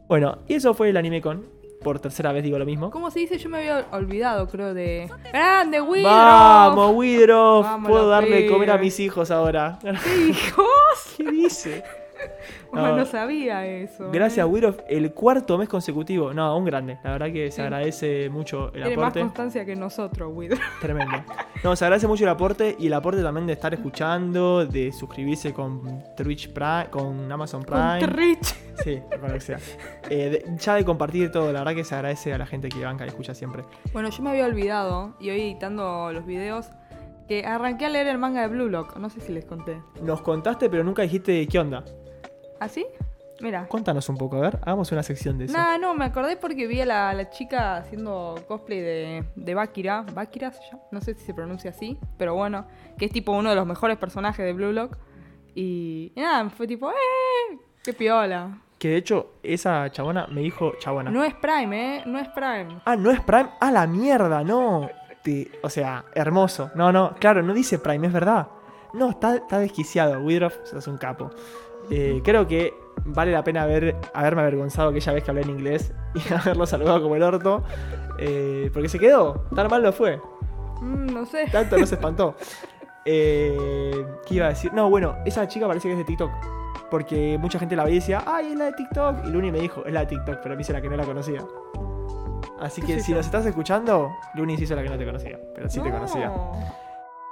Speaker 1: Bueno, y eso fue el anime con. Por tercera vez digo lo mismo.
Speaker 2: ¿Cómo se dice? Yo me había olvidado, creo, de... ¡Grande, Widrow!
Speaker 1: ¡Vamos, Widrow!
Speaker 2: Vamos,
Speaker 1: Puedo
Speaker 2: los
Speaker 1: darle de comer a
Speaker 2: pibes.
Speaker 1: mis hijos ahora. (laughs)
Speaker 2: ¿Qué (laughs) dijo?
Speaker 1: ¿Qué dice?
Speaker 2: No,
Speaker 1: No.
Speaker 2: sabía eso.
Speaker 1: Gracias, Widrow. El cuarto mes consecutivo. No, un grande. La verdad que se agradece mucho el
Speaker 2: Tiene más
Speaker 1: aporte.
Speaker 2: constancia que nosotros, Widrow.
Speaker 1: Tremendo. No, se agradece mucho el aporte y el aporte también de estar escuchando, de suscribirse con Twitch Prime, con Amazon
Speaker 2: (laughs)
Speaker 1: Prime.
Speaker 2: Rich.
Speaker 1: Sí, con lo que sea. Eh, de- ya de compartir todo, la verdad que se agradece a la gente que banca y escucha siempre.
Speaker 2: Bueno, yo me había olvidado, y hoy editando los videos, que arranqué a leer el manga de Blue Lock. No sé si les conté.
Speaker 1: Nos contaste, pero nunca dijiste qué onda.
Speaker 2: ¿Así? Mira.
Speaker 1: Cuéntanos un poco, a ver, hagamos una sección de eso.
Speaker 2: Nada, no, me acordé porque vi a la, la chica haciendo cosplay de, de Bakira. ¿Bakira se llama? No sé si se pronuncia así, pero bueno, que es tipo uno de los mejores personajes de Blue Lock. Y, y nada, fue tipo, ¡eh! ¡Qué piola!
Speaker 1: Que de hecho, esa chabona me dijo, chabona.
Speaker 2: No es Prime, ¿eh? No es Prime.
Speaker 1: Ah, no es Prime. Ah, la mierda, no. Te- o sea, hermoso. No, no, claro, no dice Prime, es verdad. No, está, está desquiciado. Widroff, sos un capo. Eh, creo que vale la pena haber, haberme avergonzado aquella vez que hablé en inglés (laughs) y haberlo saludado como el orto. eh, porque se quedó. Tan mal lo fue.
Speaker 2: Mm, no sé.
Speaker 1: Tanto no se espantó. Eh, ¿Qué iba a decir? No, bueno, esa chica parece que es de TikTok. Porque mucha gente la veía y decía, ay, es la de TikTok. Y Luni me dijo, es la de TikTok, pero a mí se la que no la conocía. Así que si nos estás escuchando, Luni se hizo la que no te conocía, pero sí te
Speaker 2: No.
Speaker 1: conocía.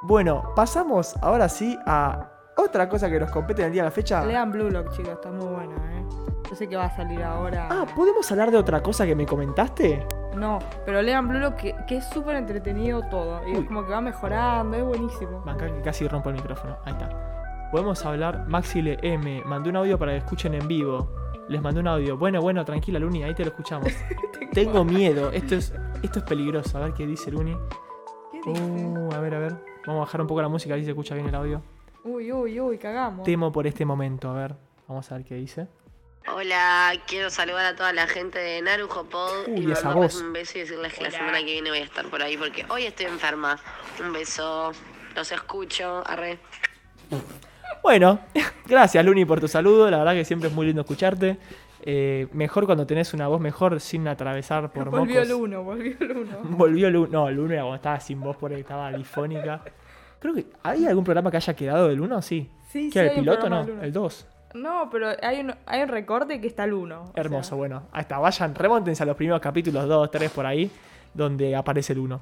Speaker 1: Bueno, pasamos ahora sí a otra cosa que nos compete en el día de la fecha.
Speaker 2: Lean Blue Lock, chicos, está muy buena, ¿eh? Yo sé que va a salir ahora.
Speaker 1: Ah, ¿podemos hablar de otra cosa que me comentaste?
Speaker 2: No, pero lean Blue Lock, que, que es súper entretenido todo. Y
Speaker 1: Uy.
Speaker 2: es como que va mejorando, es buenísimo.
Speaker 1: Banca que casi rompo el micrófono. Ahí está. Podemos hablar. Maxi le- M mandó un audio para que escuchen en vivo. Les mandó un audio. Bueno, bueno, tranquila, Luni, ahí te lo (laughs) escuchamos. Tengo miedo. Esto es, esto es peligroso. A ver qué dice Luni.
Speaker 2: ¿Qué dice?
Speaker 1: Uh, a ver, a ver. Vamos a bajar un poco la música, ahí se escucha bien el audio.
Speaker 2: Uy, uy, uy, cagamos.
Speaker 1: Temo por este momento. A ver, vamos a ver qué dice.
Speaker 4: Hola, quiero saludar a toda la gente de Narujo Pod
Speaker 1: Uy,
Speaker 4: y
Speaker 1: esa
Speaker 4: mandarles
Speaker 1: voz.
Speaker 4: un beso y decirles que la semana que viene voy a estar por ahí porque hoy estoy enferma. Un beso, los escucho, arre.
Speaker 1: Bueno, (laughs) gracias Luni por tu saludo. La verdad que siempre es muy lindo escucharte. Eh, mejor cuando tenés una voz mejor sin atravesar por
Speaker 2: volvió
Speaker 1: mocos.
Speaker 2: el uno, volvió el uno.
Speaker 1: Volvió Lu- No, Luno era cuando estaba sin voz por ahí, estaba difónica. Creo que. ¿Hay algún programa que haya quedado del 1? Sí.
Speaker 2: Sí,
Speaker 1: ¿Qué era
Speaker 2: sí, hay
Speaker 1: el
Speaker 2: un
Speaker 1: piloto?
Speaker 2: programa
Speaker 1: No,
Speaker 2: del uno.
Speaker 1: el 2.
Speaker 2: No, pero hay un, hay un recorte que está el uno.
Speaker 1: Hermoso, bueno. Hasta vayan, remóntense a los primeros capítulos 2, 3 por ahí, donde aparece el 1.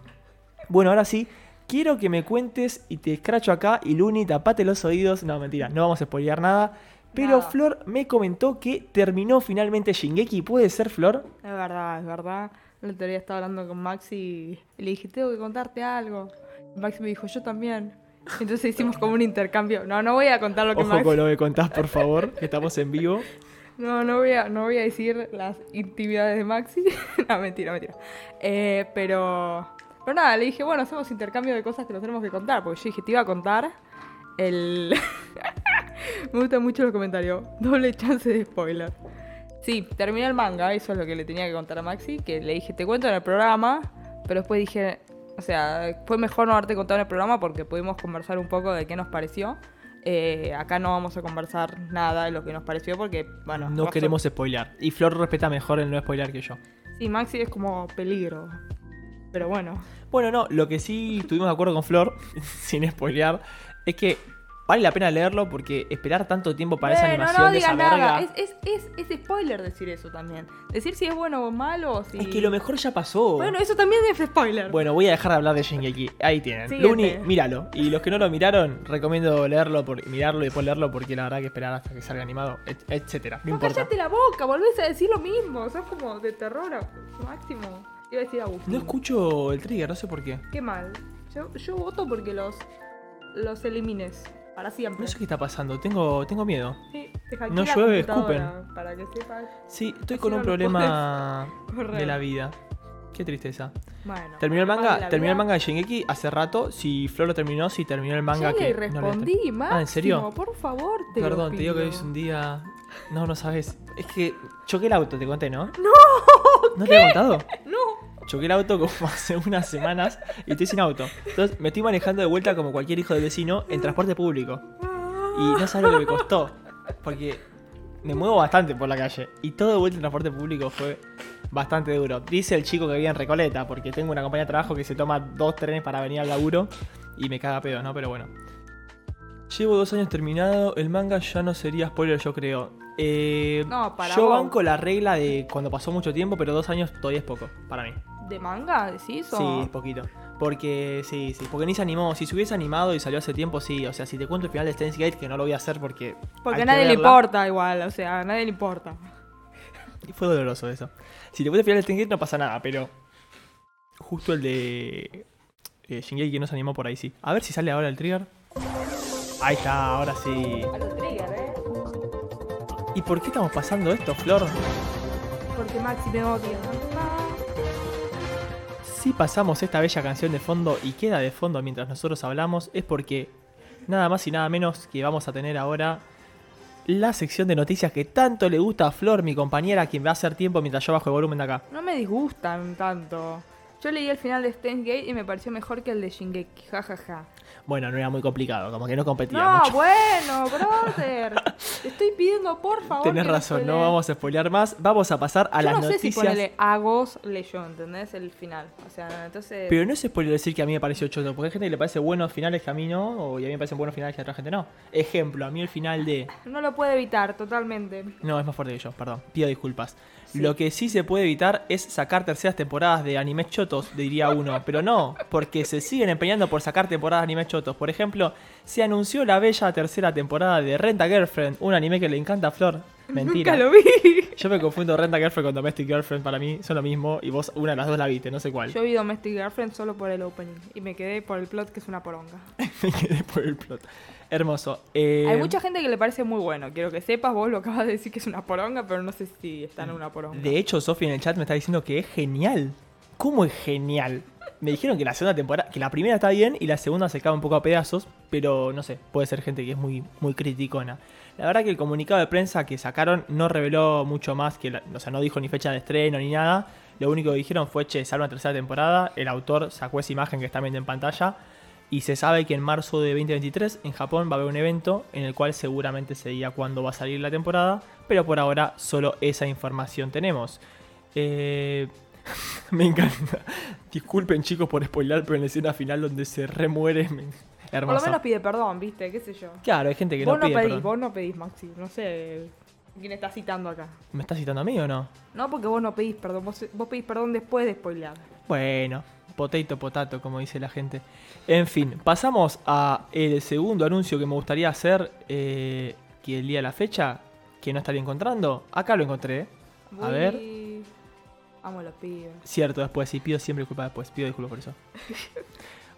Speaker 1: Bueno, ahora sí, quiero que me cuentes y te escracho acá y Luni, tapate los oídos. No, mentira, no vamos a spoilear nada. Pero
Speaker 2: Nada.
Speaker 1: Flor me comentó que terminó finalmente Shingeki. ¿Puede ser Flor?
Speaker 2: Es verdad, es verdad. La otro día estaba hablando con Maxi y le dije, tengo que contarte algo. Y Maxi me dijo, yo también. Entonces hicimos como un intercambio. No, no voy a contar lo que
Speaker 1: Ojo
Speaker 2: Maxi...
Speaker 1: con lo que contás, por favor, que estamos en vivo.
Speaker 2: No, no voy, a, no voy a decir las intimidades de Maxi. (laughs) no, mentira, mentira. Eh, pero, pero nada, le dije, bueno, hacemos intercambio de cosas que nos tenemos que contar. Porque yo dije, te iba a contar el... (laughs) Me gustan mucho los comentarios. Doble chance de spoiler. Sí, terminé el manga, eso es lo que le tenía que contar a Maxi, que le dije, te cuento en el programa, pero después dije, o sea, fue mejor no haberte contado en el programa porque pudimos conversar un poco de qué nos pareció. Eh, acá no vamos a conversar nada de lo que nos pareció porque, bueno...
Speaker 1: No
Speaker 2: vas a-
Speaker 1: queremos spoilear. Y Flor respeta mejor el no spoilear que yo.
Speaker 2: Sí, Maxi es como peligro. Pero bueno,
Speaker 1: Bueno, no, lo que sí estuvimos de acuerdo con Flor, (laughs) sin spoilear, es que vale la pena leerlo porque esperar tanto tiempo para esa
Speaker 2: Bueno,
Speaker 1: animación
Speaker 2: no
Speaker 1: de
Speaker 2: digas
Speaker 1: esa
Speaker 2: nada.
Speaker 1: verga.
Speaker 2: Es, es, es, es spoiler decir eso también. Decir si es bueno o malo o si...
Speaker 1: Es que lo mejor ya pasó.
Speaker 2: Bueno, eso también es spoiler.
Speaker 1: Bueno, voy a dejar de hablar de Shingeki. Ahí tienen.
Speaker 2: Siguiente.
Speaker 1: Luni, míralo. Y los que no lo miraron, recomiendo leerlo, por, mirarlo y después leerlo porque la verdad que esperar hasta que salga animado, et- etcétera. No
Speaker 2: No
Speaker 1: importa.
Speaker 2: callate la boca, volvés a decir lo mismo. Sos como de terror a- máximo. Iba a decir Agustín.
Speaker 1: No escucho el trigger, no sé por qué.
Speaker 2: Qué mal. Yo, yo voto porque los, los elimines. Para siempre.
Speaker 1: No sé qué está pasando. Tengo, tengo miedo.
Speaker 2: Sí, te hackeé
Speaker 1: No
Speaker 2: la
Speaker 1: llueve,
Speaker 2: computadora, Para que sepas.
Speaker 1: Sí, estoy
Speaker 2: Así
Speaker 1: con
Speaker 2: no
Speaker 1: un
Speaker 2: lo
Speaker 1: problema
Speaker 2: (laughs) correr.
Speaker 1: de la vida. Qué tristeza.
Speaker 2: Bueno.
Speaker 1: Terminó el
Speaker 2: mal de
Speaker 1: manga,
Speaker 2: la
Speaker 1: terminó el
Speaker 2: vida.
Speaker 1: manga de Shingeki hace rato. Si Flor lo terminó, si terminó el manga
Speaker 2: Ya
Speaker 1: que.
Speaker 2: le
Speaker 1: no lo
Speaker 2: respondí,
Speaker 1: terminó.
Speaker 2: Máximo,
Speaker 1: Ah, ¿en serio?
Speaker 2: Por favor, te lo
Speaker 1: Perdón, te digo que hoy
Speaker 2: pido.
Speaker 1: es un día. No, no sabes. Es que choqué el auto, te conté, ¿no?
Speaker 2: ¡No!
Speaker 1: ¿No te he contado?
Speaker 2: ¡No!
Speaker 1: Choqué el auto como (laughs) hace unas semanas y estoy sin auto. Entonces me estoy manejando de vuelta como cualquier hijo de vecino en transporte público. Y no sabes lo que me costó. Porque me muevo bastante por la calle. Y todo de vuelta en transporte público fue bastante duro. Dice el chico que vive en Recoleta, porque tengo una compañía de trabajo que se toma dos trenes para venir al laburo y me caga pedo, ¿no? Pero bueno. Llevo dos años terminado, el manga ya no sería spoiler, yo creo. Eh,
Speaker 2: No, para
Speaker 1: yo
Speaker 2: vos.
Speaker 1: banco la regla de cuando pasó mucho tiempo, pero dos años todavía es poco, para mí.
Speaker 2: ¿De manga decís o...?
Speaker 1: Sí, es poquito. Porque, sí, sí, porque ni se animó. Si se hubiese animado y salió hace tiempo, sí. O sea, si te cuento el final de Steins Gate, que no lo voy a hacer porque.
Speaker 2: Porque
Speaker 1: hay que
Speaker 2: a nadie le
Speaker 1: verla.
Speaker 2: importa igual, o sea, a nadie le importa.
Speaker 1: Y fue doloroso eso. Si te cuento el final de Steins Gate, no pasa nada, pero. Justo el de. eh, Shingeki que no se animó por ahí, sí. A ver si sale ahora el trigger. Ahí está, ahora sí.
Speaker 2: A los trigger, ¿eh?
Speaker 1: ¿Y por qué estamos pasando esto, Flor?
Speaker 2: Porque Maxi me odia.
Speaker 1: Si pasamos esta bella canción de fondo y queda de fondo mientras nosotros hablamos, es porque nada más y nada menos que vamos a tener ahora la sección de noticias que tanto le gusta a Flor, mi compañera, quien va a hacer tiempo mientras yo bajo el volumen de acá.
Speaker 2: No me disgustan tanto. Yo leí el final de Steins Gate y me pareció mejor que el de Shingeki, jajaja.
Speaker 1: Bueno, no era muy complicado, como que no competía
Speaker 2: No,
Speaker 1: mucho.
Speaker 2: bueno, brother. Te estoy pidiendo, por favor.
Speaker 1: Tenés
Speaker 2: que
Speaker 1: razón, no
Speaker 2: spoilees.
Speaker 1: vamos a spoilear más, vamos a pasar a
Speaker 2: Yo
Speaker 1: las
Speaker 2: no sé
Speaker 1: noticias.
Speaker 2: si ponele a vos leyó, ¿entendés? El final. O sea, entonces.
Speaker 1: Pero no es spoiler decir que a mí me pareció choto, porque hay gente que le parece buenos finales que a mí no, o y a mí me parecen buenos finales que a otra gente no. Ejemplo, a mí el final de
Speaker 2: No lo puedo evitar totalmente.
Speaker 1: No, es más fuerte que yo, perdón. Pido disculpas. Lo que sí se puede evitar es sacar terceras temporadas de animes chotos, diría uno. Pero no, porque se siguen empeñando por sacar temporadas de animes chotos. Por
Speaker 2: (laughs)
Speaker 1: ejemplo, se anunció la bella tercera temporada de Renta Girlfriend, un anime que le encanta a Flor. Mentira.
Speaker 2: Nunca lo vi.
Speaker 1: (laughs) Yo me confundo Renta Girlfriend con Domestic Girlfriend. Para mí son lo mismo. Y vos una de las dos la viste, no sé cuál. (laughs)
Speaker 2: Yo vi Domestic Girlfriend solo por el opening y me quedé por el plot que es una poronga.
Speaker 1: Me quedé por el plot. Hermoso. Eh,
Speaker 2: Hay mucha gente que le parece muy bueno. Quiero que sepas, vos lo acabas de decir que es una poronga, pero no sé si está en una poronga.
Speaker 1: De hecho, Sofi en el chat me está diciendo que es genial. ¿Cómo es genial? Me dijeron que la segunda temporada, que la primera está bien y la segunda se cae un poco a pedazos, pero no sé, puede ser gente que es muy, muy criticona. La verdad que el comunicado de prensa que sacaron no reveló mucho más, que la- o sea, no dijo ni fecha de estreno ni nada. Lo único que dijeron fue, che, sale una tercera temporada, el autor sacó esa imagen que está viendo en pantalla y se sabe que en marzo de 2023 en Japón va a haber un evento en el cual seguramente se dirá cuándo va a salir la temporada, pero por ahora solo esa información tenemos. Eh, (laughs) me encanta. Disculpen chicos por spoiler, pero en la escena final donde se remuere... (laughs) me-
Speaker 2: por lo
Speaker 1: Hermoso.
Speaker 2: menos pide perdón, ¿viste? ¿Qué sé yo?
Speaker 1: Claro, hay gente que no
Speaker 2: vos no,
Speaker 1: pide
Speaker 2: pedís,
Speaker 1: perdón.
Speaker 2: vos no pedís, Maxi. No sé quién está citando acá.
Speaker 1: ¿Me estás citando a mí o no?
Speaker 2: No, porque vos no pedís perdón. Vos, vos pedís perdón después de spoilear.
Speaker 1: Bueno, potato, potato, como dice la gente. En fin, pasamos a el segundo anuncio que me gustaría hacer, eh, que el día de la fecha, que no estaría encontrando. Acá lo encontré. ¿eh? A
Speaker 2: Voy-
Speaker 1: ver,
Speaker 2: Amo a los pibes.
Speaker 1: cierto, después, sí, pido siempre disculpas después, pido disculpas por eso.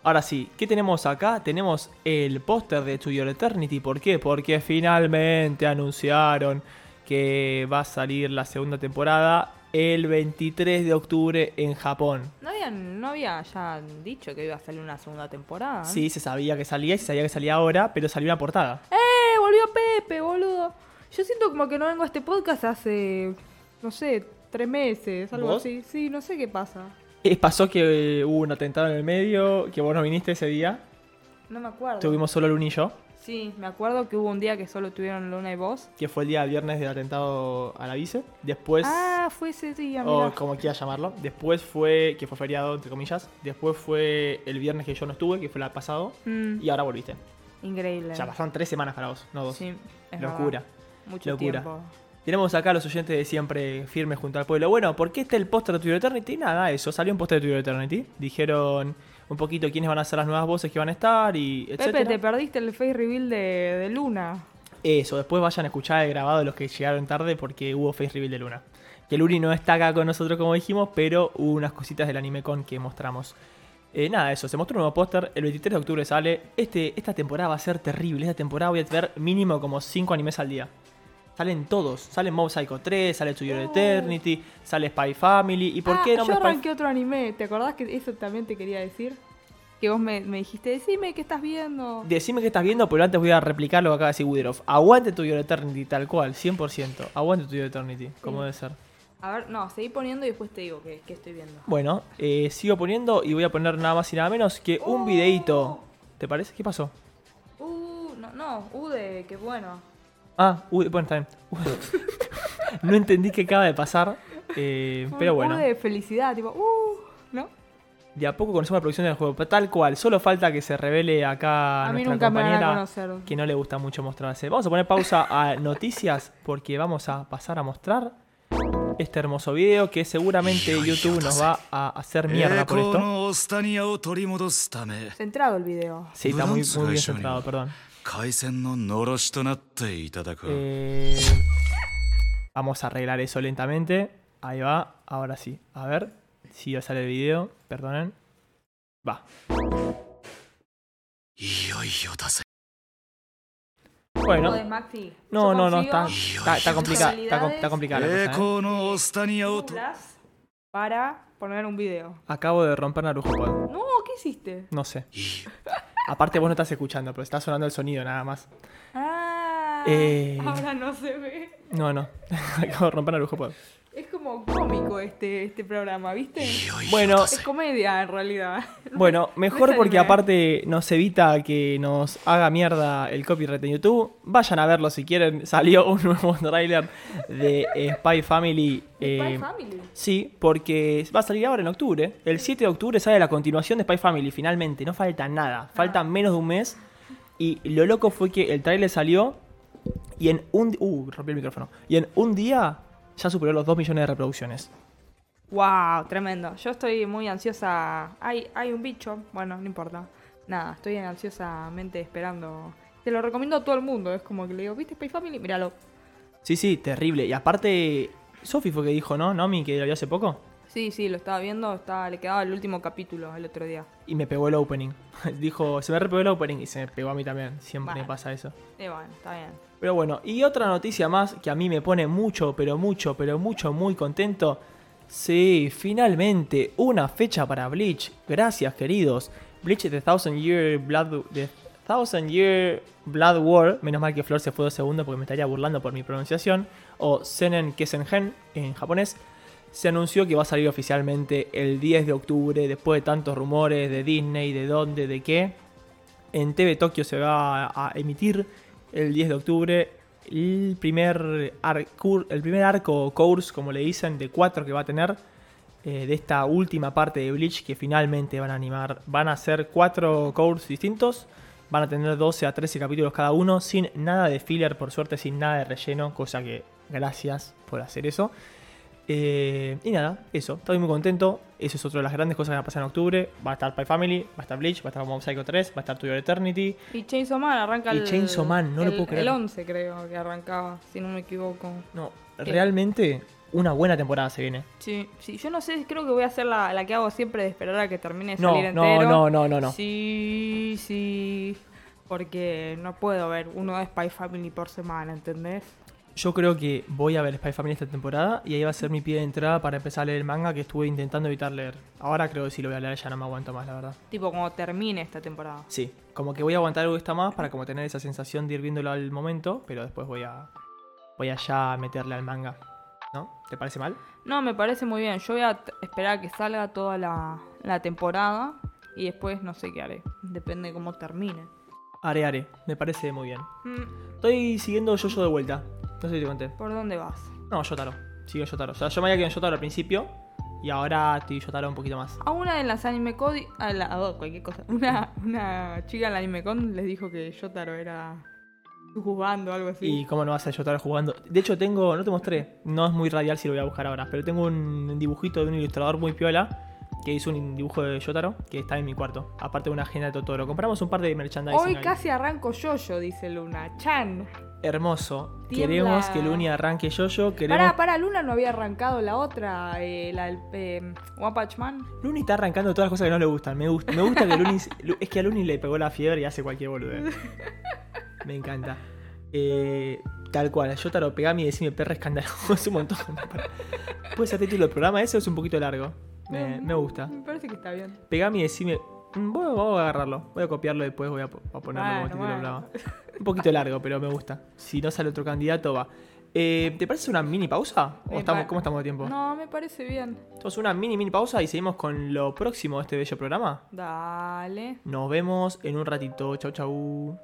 Speaker 1: Ahora sí, ¿qué tenemos acá? Tenemos el póster de Studio Eternity. ¿Por qué? Porque finalmente anunciaron que va a salir la segunda temporada el 23 de octubre en Japón.
Speaker 2: ¿No habían, ¿No había ya dicho que iba a salir una segunda temporada?
Speaker 1: Sí, se sabía que salía y se sabía que salía ahora, pero salió una portada.
Speaker 2: ¡Eh! Volvió Pepe, boludo. Yo siento como que no vengo a este podcast hace, no sé, tres meses, algo
Speaker 1: ¿Vos?
Speaker 2: así. Sí, no sé qué pasa.
Speaker 1: Eh, pasó que eh, hubo un atentado en el medio, que vos no viniste ese día.
Speaker 2: No me acuerdo.
Speaker 1: Tuvimos solo Luni y yo,
Speaker 2: Sí, me acuerdo que hubo un día que solo tuvieron Luna y vos.
Speaker 1: que fue el día viernes del atentado a la vice. Después,
Speaker 2: Ah, fue ese día, mirá.
Speaker 1: o como quieras llamarlo, después fue, que fue feriado, entre comillas. Después fue el viernes que yo no estuve, que fue el pasado.
Speaker 2: Mm,
Speaker 1: Y ahora volviste.
Speaker 2: Increíble.
Speaker 1: O sea, pasaron tres semanas para vos, no dos.
Speaker 2: Sí, es
Speaker 1: Locura.
Speaker 2: verdad. Mucho
Speaker 1: Locura.
Speaker 2: tiempo.
Speaker 1: Tenemos acá a los oyentes de siempre firmes junto al pueblo. Bueno, ¿por qué está el póster de Tuyo Eternity? Nada, eso. Salió un póster de Tuyo Eternity. Dijeron un poquito quiénes van a ser las nuevas voces que van a estar y
Speaker 2: Pepe, te
Speaker 1: etcétera.
Speaker 2: perdiste el face reveal de, de Luna.
Speaker 1: Eso, después vayan a escuchar el grabado de los que llegaron tarde porque hubo Face Reveal de Luna. Que Luri no está acá con nosotros como dijimos, pero hubo unas cositas del anime con que mostramos. Eh, nada, eso, se mostró un nuevo póster, el 23 de octubre sale. Este, esta temporada va a ser terrible, esta temporada voy a tener mínimo como 5 animes al día. Salen todos, salen Mob Psycho 3, sale Studio Eternity, sale Spy Family, ¿y por
Speaker 2: Ah,
Speaker 1: qué no
Speaker 2: yo
Speaker 1: me Spy...
Speaker 2: arranqué otro anime. ¿Te acordás que eso también te quería decir? Que vos me, me dijiste, decime qué estás viendo.
Speaker 1: Decime qué estás viendo, pero antes voy a replicar lo que acaba de decir Wideroff. Aguante Tuyo Eternity, tal cual, 100%. Aguante Tuyo Eternity, como debe ser.
Speaker 2: A ver, no, seguí poniendo y después te digo qué, qué estoy viendo.
Speaker 1: Bueno, eh, sigo poniendo y voy a poner nada más y nada menos que
Speaker 2: Oh.
Speaker 1: un videíto. ¿Te parece? ¿Qué pasó?
Speaker 2: Uh, no, no, Ude, qué bueno.
Speaker 1: Ah, uy, bueno, está bien. (laughs) no entendí qué acaba de pasar, eh, pero bueno.
Speaker 2: Ude de felicidad, tipo, uh, ¿no?
Speaker 1: De a poco conocemos la producción del juego, pero tal cual. Solo falta que se revele acá
Speaker 2: A mí
Speaker 1: nuestra
Speaker 2: nunca me van a
Speaker 1: compañera
Speaker 2: conocer.
Speaker 1: que no le gusta mucho mostrarse. Vamos a poner pausa a noticias porque vamos a pasar a mostrar este hermoso video que seguramente YouTube nos va a hacer mierda
Speaker 6: Eh,
Speaker 1: por
Speaker 10: 栄
Speaker 1: esto.
Speaker 10: 光のオスタニアを取り戻すため
Speaker 2: Centrado el video.
Speaker 1: Sí, está muy, muy bien centrado, perdón.
Speaker 10: 海戦ののろしとなっていただく、
Speaker 1: Eh, vamos a arreglar eso lentamente. Ahí va, ahora sí. A ver si ya sale el video. Perdonen. Va.
Speaker 10: いよいよだぜ
Speaker 1: Bueno,
Speaker 2: Joder, Maxi.
Speaker 1: no,
Speaker 2: yo
Speaker 1: no, no,
Speaker 2: consigo
Speaker 1: está, está, está complicada. Está, com- está complicada. la
Speaker 10: 栄
Speaker 1: cosa, ¿eh?
Speaker 10: 光のオスタニアをと
Speaker 2: Las para poner un video.
Speaker 1: Acabo de romper Narujo Pod.
Speaker 2: No, ¿qué hiciste?
Speaker 1: No sé.
Speaker 5: Eh,
Speaker 1: Aparte vos no estás escuchando, pero está sonando el sonido nada más.
Speaker 2: Ah,
Speaker 1: Eh.
Speaker 2: ahora no se ve.
Speaker 1: No, (laughs) no. Acabo de romper Narujo Pod.
Speaker 2: Es como cómico este, este programa, ¿viste?
Speaker 1: Bueno,
Speaker 2: Es comedia en realidad.
Speaker 1: Bueno, mejor
Speaker 2: es
Speaker 1: porque
Speaker 2: anime.
Speaker 1: aparte nos evita que nos haga mierda el copyright en YouTube. Vayan a verlo si quieren. (laughs) Salió un nuevo tráiler de eh, Spy Family. (laughs) eh,
Speaker 2: Spy Family.
Speaker 1: Sí, porque va a salir ahora en octubre. El 7 de octubre sale la continuación de Spy Family, finalmente. No falta nada.
Speaker 2: Ah.
Speaker 1: Falta menos de un mes. Y lo loco fue que el tráiler salió y en un... Uh, rompí el micrófono. Y en un día ya superó los 2 millones de reproducciones.
Speaker 2: Wow, tremendo. Yo estoy muy ansiosa. Hay, hay un bicho. Bueno, no importa. Nada, estoy ansiosamente esperando. Te lo recomiendo a todo el mundo. Es como que le digo, ¿viste Spy Family? Míralo.
Speaker 1: Sí, sí, terrible. Y aparte, Sofi fue que dijo, ¿no? Nomi, que lo vio hace poco.
Speaker 2: Sí, sí, lo estaba viendo, estaba, le quedaba el último capítulo el otro día.
Speaker 1: Y me pegó el opening. (laughs) dijo, se me repegó el opening y se me pegó a mí también. Siempre
Speaker 2: Bueno.
Speaker 1: me pasa eso.
Speaker 2: Y Eh, bueno, está bien.
Speaker 1: Pero bueno, y otra noticia más que a mí me pone mucho, pero mucho, pero mucho, muy contento. Sí, finalmente una fecha para Bleach. Gracias, queridos. Bleach The Thousand Year Blood The Thousand Year Blood War. Menos mal que Flor se fue dos segundos porque me estaría burlando por mi pronunciación. O Senen Kesenhen en japonés. Se anunció que va a salir oficialmente el 10 de octubre, después de tantos rumores de Disney, de dónde, de qué. En TV Tokio se va a a emitir el 10 de octubre el primer, arco, el primer arco o course, como le dicen, de cuatro que va a tener eh, de esta última parte de Bleach que finalmente van a animar. Van a ser cuatro courses distintos. Van a tener 12 a 13 capítulos cada uno, sin nada de filler, por suerte, sin nada de relleno, cosa que gracias por hacer eso. Eh, y nada, eso, estoy muy contento. Eso es otra de las grandes cosas que van a pasar en octubre. Va a estar Pie Family, va a estar Bleach, va a estar Mob Psycho 3, va a estar To Your Eternity.
Speaker 2: Y Chainsaw Man arranca
Speaker 1: Y
Speaker 2: el.
Speaker 1: Chainsaw Man, no lo
Speaker 2: el-
Speaker 1: puedo creer.
Speaker 2: El 11, creo que arrancaba, si no me equivoco.
Speaker 1: No,
Speaker 2: ¿Qué?
Speaker 1: realmente una buena temporada se viene.
Speaker 2: Sí, sí, yo no sé, creo que voy a hacer la, la que hago siempre de esperar a que termine de
Speaker 1: No,
Speaker 2: salir
Speaker 1: no,
Speaker 2: entero.
Speaker 1: no, no, no, no.
Speaker 2: Sí, sí. Porque no puedo ver uno de Spy Family por semana, ¿entendés?
Speaker 1: Yo creo que voy a ver Spy Family esta temporada y ahí va a ser mi pie de entrada para empezar a leer el manga que estuve intentando evitar leer. Ahora creo que si lo voy a leer ya no me aguanto más, la verdad.
Speaker 2: Tipo, cuando termine esta temporada.
Speaker 1: Sí, como que voy a aguantar algo esta más para como tener esa sensación de ir viéndolo al momento, pero después voy a voy a ya meterle al manga. ¿No? ¿Te parece mal?
Speaker 2: No, me parece muy bien. Yo voy a t- esperar a que salga toda la, la temporada y después no sé qué haré. Depende cómo termine.
Speaker 1: Are, are, me parece muy bien.
Speaker 2: Mm,
Speaker 1: Estoy siguiendo Jojo de vuelta. No sé si te conté.
Speaker 2: ¿Por dónde vas?
Speaker 1: No, Yotaro. Sigo en Yotaro. O sea, yo me había quedado en Yotaro al principio y ahora estoy en Yotaro un poquito más.
Speaker 2: A una de las anime codi a la a dos, cualquier cosa. (laughs) Una, una chica en la anime con les dijo que Yotaro era jugando algo así.
Speaker 1: Y cómo no vas a Yotaro jugando. De hecho, tengo, no te mostré, no es muy radial si lo voy a buscar ahora, pero tengo un dibujito de un ilustrador muy piola que hizo un dibujo de Yotaro que está en mi cuarto, aparte de una agenda de Totoro. Compramos un par de merchandising.
Speaker 2: Hoy
Speaker 1: ahí.
Speaker 2: casi arranco yo, yo, dice Luna. Chan.
Speaker 1: Hermoso.
Speaker 2: Tiembla.
Speaker 1: Queremos que Luni arranque Yoyo. Queremos...
Speaker 2: Pará, pará, Luna no había arrancado la otra, eh, la del eh, One Punch Man.
Speaker 1: Luni está arrancando todas las cosas que no le gustan. Me, gust- me gusta que
Speaker 2: (laughs)
Speaker 1: Luni. Lu- Es que a Luni le pegó la fiebre y hace cualquier boludez. Me encanta. Eh, tal cual, yo te lo pegame y decime perra escandaloso. Es un montón. ¿Puede ser título del programa? Eso es un poquito largo. Me, me gusta.
Speaker 2: Me parece que está bien.
Speaker 1: Pegame y decime. mm, Voy, voy a agarrarlo. Voy a copiarlo después. Voy a, po- a ponerlo como
Speaker 2: Bueno,
Speaker 1: título del
Speaker 2: bueno.
Speaker 1: programa. Un poquito largo, pero me gusta. Si no sale otro candidato, va. Eh, ¿Te parece una mini pausa? ¿O
Speaker 2: Me
Speaker 1: estamos,
Speaker 2: pa-
Speaker 1: ¿Cómo estamos de tiempo?
Speaker 2: No, me parece bien.
Speaker 1: Entonces, una mini, mini pausa y seguimos con lo próximo de este bello programa.
Speaker 2: Dale.
Speaker 1: Nos vemos en un ratito. Chau, chau.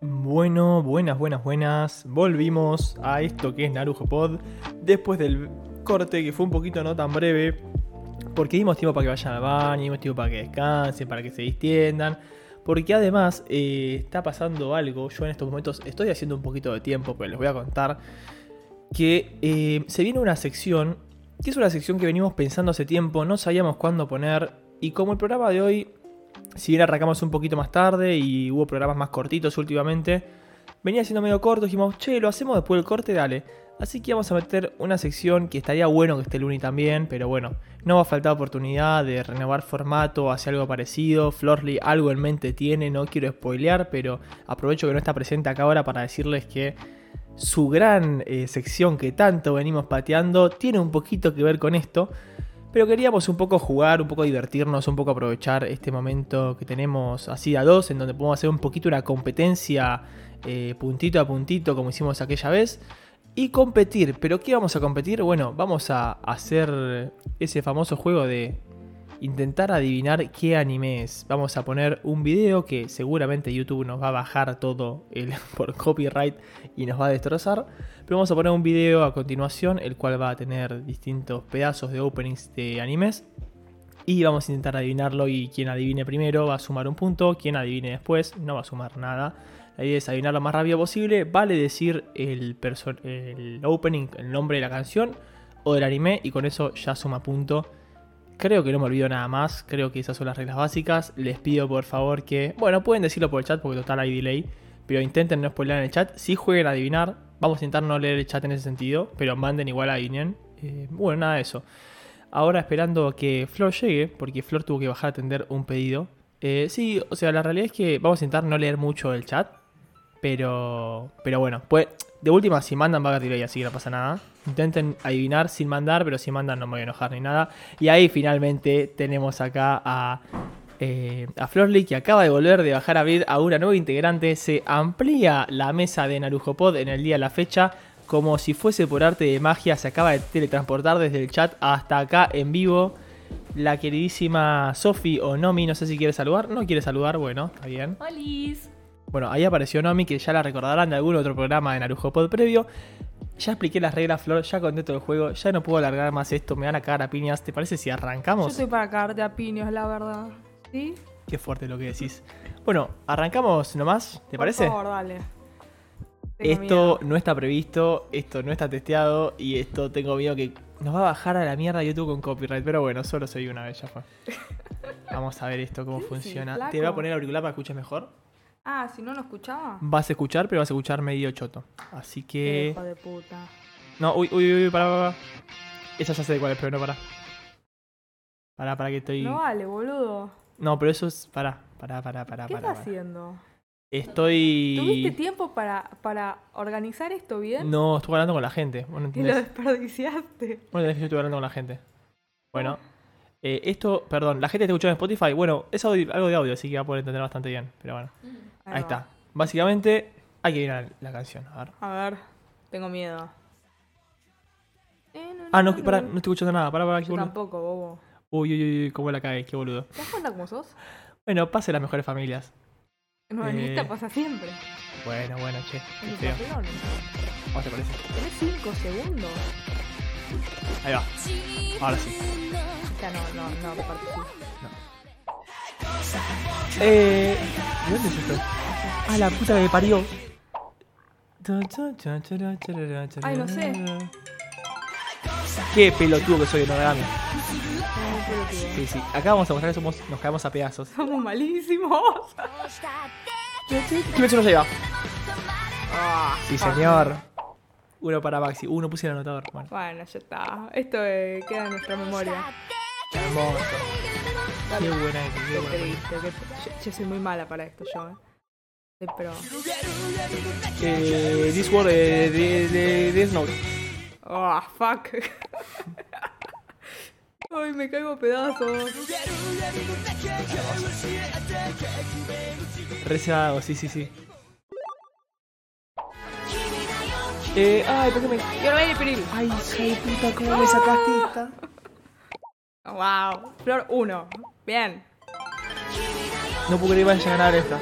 Speaker 1: Bueno, buenas, buenas, buenas. Volvimos a esto que es Narujo Pod. Después del corte, que fue un poquito no tan breve. Porque dimos tiempo para que vayan al baño, dimos tiempo para que descansen, para que se distiendan. Porque además eh, está pasando algo. Yo en estos momentos estoy haciendo un poquito de tiempo, pero les voy a contar. Que eh, se viene una sección. Que es una sección que venimos pensando hace tiempo. No sabíamos cuándo poner. Y como el programa de hoy si bien arrancamos un poquito más tarde y hubo programas más cortitos últimamente, venía siendo medio corto, dijimos, che, lo hacemos después del corte, dale. Así que vamos a meter una sección que estaría bueno que esté Luni también, pero bueno, no va a faltar oportunidad de renovar formato, hacer algo parecido. Florly algo en mente tiene, no quiero spoilear, pero aprovecho que no está presente acá ahora para decirles que su gran eh, sección que tanto venimos pateando tiene un poquito que ver con esto. Pero queríamos un poco jugar, un poco divertirnos, un poco aprovechar este momento que tenemos así a dos, en donde podemos hacer un poquito una competencia eh, puntito a puntito, como hicimos aquella vez. Y competir, pero ¿qué vamos a competir? Bueno, vamos a hacer ese famoso juego de intentar adivinar qué anime es. Vamos a poner un video que seguramente YouTube nos va a bajar todo el- (laughs) por copyright y nos va a destrozar. Pero vamos a poner un video a continuación, el cual va a tener distintos pedazos de openings de animes. Y vamos a intentar adivinarlo y quien adivine primero va a sumar un punto, quien adivine después no va a sumar nada. La idea es adivinar lo más rápido posible, vale decir el, perso- el opening, el nombre de la canción o del anime y con eso ya suma punto. Creo que no me olvido nada más, creo que esas son las reglas básicas. Les pido por favor que, bueno, pueden decirlo por el chat porque total hay delay, pero intenten no spoilear en el chat. Si jueguen a adivinar, vamos a intentar no leer el chat en ese sentido, pero manden igual a adivinen. Eh, bueno, nada de eso. Ahora esperando a que Flor llegue, porque Flor tuvo que bajar a atender un pedido. Eh, sí, o sea, la realidad es que vamos a intentar no leer mucho el chat, pero, pero bueno, pues de última, si mandan va a haber delay, así que no pasa nada. Intenten adivinar sin mandar, pero si mandan no me voy a enojar ni nada. Y ahí finalmente tenemos acá a, eh, a Florly que acaba de volver de bajar a abrir a una nueva integrante. Se amplía la mesa de Narujo Pod en el día de la fecha. Como si fuese por arte de magia, se acaba de teletransportar desde el chat hasta acá en vivo. La queridísima Sofi o Nomi, no sé si quiere saludar. No quiere saludar, bueno, está bien.
Speaker 11: ¡Holis!
Speaker 1: Bueno, ahí apareció Nomi, que ya la recordarán de algún otro programa de Narujo Pod previo. Ya expliqué las reglas, Flor, ya contesto el juego, ya no puedo alargar más esto, me van a cagar a piñas. ¿Te parece si
Speaker 2: Yo
Speaker 1: arrancamos?
Speaker 2: estoy para cagarte a piños, la verdad. ¿Sí?
Speaker 1: Qué fuerte lo que decís. Bueno, arrancamos nomás, ¿te
Speaker 2: Por
Speaker 1: parece?
Speaker 2: favor, dale. Tengo
Speaker 1: Esto no está previsto, esto no está testeado y esto tengo miedo que nos va a bajar a la mierda YouTube con copyright. Pero bueno, solo soy una vez, ya
Speaker 2: (laughs)
Speaker 1: fue. Vamos a ver esto, cómo funciona. Te voy a
Speaker 2: flaco.
Speaker 1: poner el auricular para que escuches mejor.
Speaker 2: Ah, si no lo escuchaba.
Speaker 1: Vas a escuchar, pero vas a escuchar medio choto. Así que...
Speaker 2: Hijo de puta.
Speaker 1: No, uy, uy, uy, uy, pará, pará. pará. Esa ya sé de cuál es, pero no, pará. Pará, pará que estoy...
Speaker 2: No vale, boludo.
Speaker 1: No, pero eso es... Pará, pará, pará, pará,
Speaker 2: ¿Qué
Speaker 1: pará.
Speaker 2: estás
Speaker 1: pará.
Speaker 2: haciendo? ¿Tuviste
Speaker 1: Estoy...
Speaker 2: tiempo para, para organizar esto bien?
Speaker 1: No, estuve hablando con la gente. Vos no
Speaker 2: Y lo
Speaker 1: entendés.
Speaker 2: desperdiciaste.
Speaker 1: Bueno, es que yo estuve hablando con la gente. Bueno, eh, esto, perdón, la gente te escuchó en Spotify. Bueno, es audio- algo de audio, así que va a poder entender bastante bien. Pero bueno, ahí,
Speaker 2: va.
Speaker 1: está. Básicamente, hay que ir a la, la canción. A ver.
Speaker 2: A ver, tengo miedo.
Speaker 1: Ah, no, pará, no estoy escuchando nada. Pará, pará, qué
Speaker 2: Yo
Speaker 1: boludo.
Speaker 2: tampoco, bobo.
Speaker 1: Uy, uy, uy, uy, cómo la cae, qué boludo.
Speaker 2: ¿Te das cuenta cómo sos?
Speaker 1: Bueno, pase las mejores familias.
Speaker 2: No, en
Speaker 1: Eh,
Speaker 2: esta pasa siempre.
Speaker 1: Bueno, bueno, che.
Speaker 2: En
Speaker 1: qué
Speaker 2: los
Speaker 1: feo.
Speaker 2: papelones.
Speaker 1: ¿Cómo te parece?
Speaker 2: Tenés 5 segundos.
Speaker 1: Ahí va. Ahora sí.
Speaker 2: Esta no, no, no, participo.
Speaker 1: Eh, ¿de ¿Dónde es esto? Ah, la puta que me parió. Ay,
Speaker 2: Ay, no sé. No,
Speaker 1: Qué pelotudo que soy, no regame.
Speaker 2: pero que-
Speaker 1: Sí, sí. Acá vamos a mostrar que somos, nos caemos a
Speaker 2: (laughs)
Speaker 1: pedazos.
Speaker 2: Somos malísimos.
Speaker 1: Kimetsu no lleva.
Speaker 2: Ah,
Speaker 1: Sí,
Speaker 2: fuck.
Speaker 1: señor. Uno para Maxi. Uno puse el anotador. Bueno,
Speaker 2: Bueno, ya está. Esto eh, queda en nuestra memoria.
Speaker 1: hermoso. Qué buena es, qué
Speaker 2: Qué
Speaker 1: buena es.
Speaker 2: triste, qué- yo, yo soy muy mala para esto, yo. eh. Soy pro.
Speaker 1: Eh, this word eh, de, de Death Note.
Speaker 2: Oh, fuck. (laughs) Ay, me caigo a pedazos.
Speaker 1: Rezado, sí, sí, sí. Eh, ay, ¿por qué me.
Speaker 2: Your Lady Peril.
Speaker 1: Ay, hija de puta, ¿cómo me sacaste esta?
Speaker 2: Wow. Flor 1. Bien.
Speaker 1: No puedo creer que vaya a ganar esta.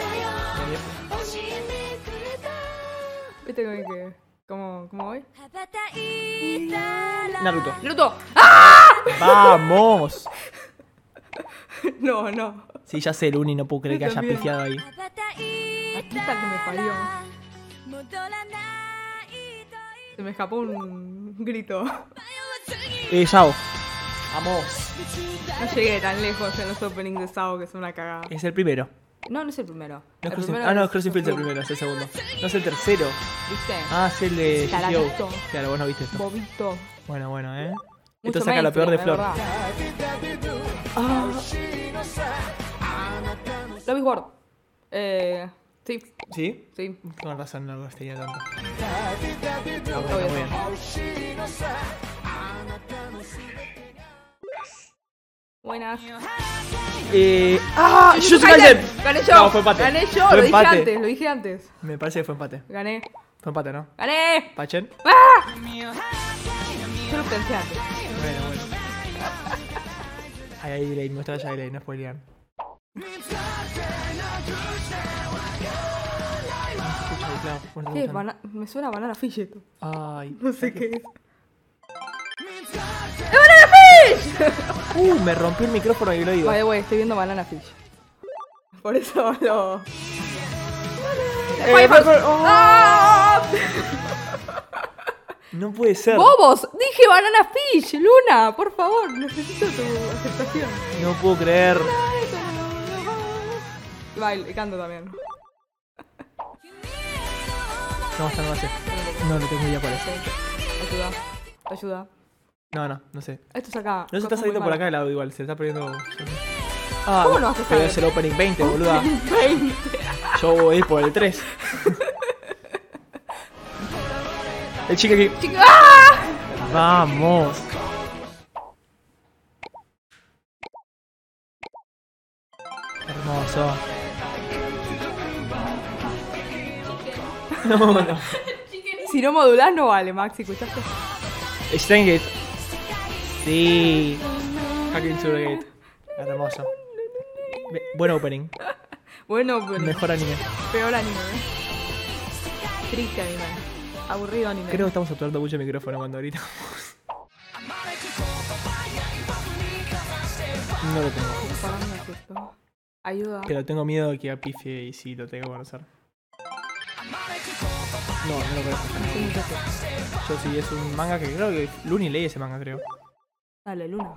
Speaker 2: ¿Viste cómo que.? ¿Cómo, cómo voy?
Speaker 1: Naruto.
Speaker 2: ¡Naruto!
Speaker 1: ¡Vamos!
Speaker 2: (laughs) No, no.
Speaker 1: Sí, ya sé el uni, no puedo creer que
Speaker 2: Yo
Speaker 1: haya
Speaker 2: también.
Speaker 1: pifiado ahí.
Speaker 2: La puta que me parió. Se me escapó un grito.
Speaker 1: Eh, Yao. Vamos.
Speaker 2: No llegué tan lejos en los openings de Sao que es una cagada.
Speaker 1: Es el primero.
Speaker 2: No, no es el primero.
Speaker 1: No es
Speaker 2: el
Speaker 1: Crossing-
Speaker 2: primero
Speaker 1: ah, no,
Speaker 2: es-
Speaker 1: es Crossing Fields el primero, es el segundo. No es el tercero.
Speaker 2: ¿Viste?
Speaker 1: Ah, es el de GTO.
Speaker 2: Taladito.
Speaker 1: Claro, vos no viste esto.
Speaker 2: Bobito.
Speaker 1: Bueno, bueno, eh.
Speaker 2: Mucho
Speaker 1: Esto saca lo peor de
Speaker 2: mainstream,
Speaker 1: Flor.
Speaker 2: es Ah. Lobby Ward. Eh. Sí.
Speaker 1: ¿Sí?
Speaker 2: Sí.
Speaker 1: Con razón no lo tenía tanto.
Speaker 2: Ah,
Speaker 1: Ah,
Speaker 2: No, está bien. Buenas.
Speaker 1: Ah, Eh, ¡Ah! ¡Jujutsu Kaisen!
Speaker 2: Gané yo.
Speaker 1: No, fue empate.
Speaker 2: Gané yo,
Speaker 1: Fue
Speaker 2: lo dije
Speaker 1: empate.
Speaker 2: antes, lo dije antes.
Speaker 1: Me parece que fue empate.
Speaker 2: Gané.
Speaker 1: Fue empate, ¿no?
Speaker 2: ¡Gané!
Speaker 1: ¿Pachen?
Speaker 2: ¡Ah! Yo lo pensé antes.
Speaker 1: Bueno, bueno. Ay, hay delay, muestra ya delay, no spoilean. Escucha, claro, bueno,
Speaker 2: ¿Qué es?
Speaker 1: escuchan.
Speaker 2: Bana- me suena a banana fish esto.
Speaker 1: Ay.
Speaker 2: No sé qué es.
Speaker 1: Uh, me rompí el micrófono y el oído.
Speaker 2: By the way, estoy viendo banana fish. Por eso lo.
Speaker 1: Eh,
Speaker 2: Fibers.
Speaker 1: Piper- oh.
Speaker 2: ¡Ah!
Speaker 1: No puede ser.
Speaker 2: ¡Bobos! Dije banana fish, Luna, por favor, necesito tu aceptación.
Speaker 1: No puedo creer.
Speaker 2: Y bailo, y canto también.
Speaker 1: No, esta no va a ser. No, no tengo idea cuál es.
Speaker 2: Ayuda, ayuda.
Speaker 1: No, no, no sé.
Speaker 2: Esto es acá.
Speaker 1: No se está
Speaker 2: cosas muy
Speaker 1: saliendo por
Speaker 2: malas.
Speaker 1: acá el audio igual, se está perdiendo. Ah,
Speaker 2: ¿Cómo no vas a
Speaker 1: Pero
Speaker 2: saber?
Speaker 1: es el opening 20, boluda.
Speaker 2: Veinte.
Speaker 1: Yo voy por el 3. el chico aquí.
Speaker 2: Chico- ¡Ah!
Speaker 1: Vamos. Hermoso. No, no.
Speaker 2: (laughs) Si no modulás, no vale, Maxi, pues ¿escuchaste?
Speaker 1: Stein Gate. Sí. Hacking to the Gate. Hermoso. Be- Buen opening.
Speaker 2: Bueno, pero.
Speaker 1: Mejor anime.
Speaker 2: Peor anime. ¿eh? Triste anime. Aburrido anime.
Speaker 1: Creo que estamos actuando mucho el micrófono cuando ahorita. No lo tengo.
Speaker 2: Parame, ¿qué es esto? Ayuda.
Speaker 1: Pero tengo miedo de que apifie y si lo tengo que conocer. No, no lo conozco. Yo sí, es un manga que creo que Luni leí ese manga, creo.
Speaker 2: Dale, Luna.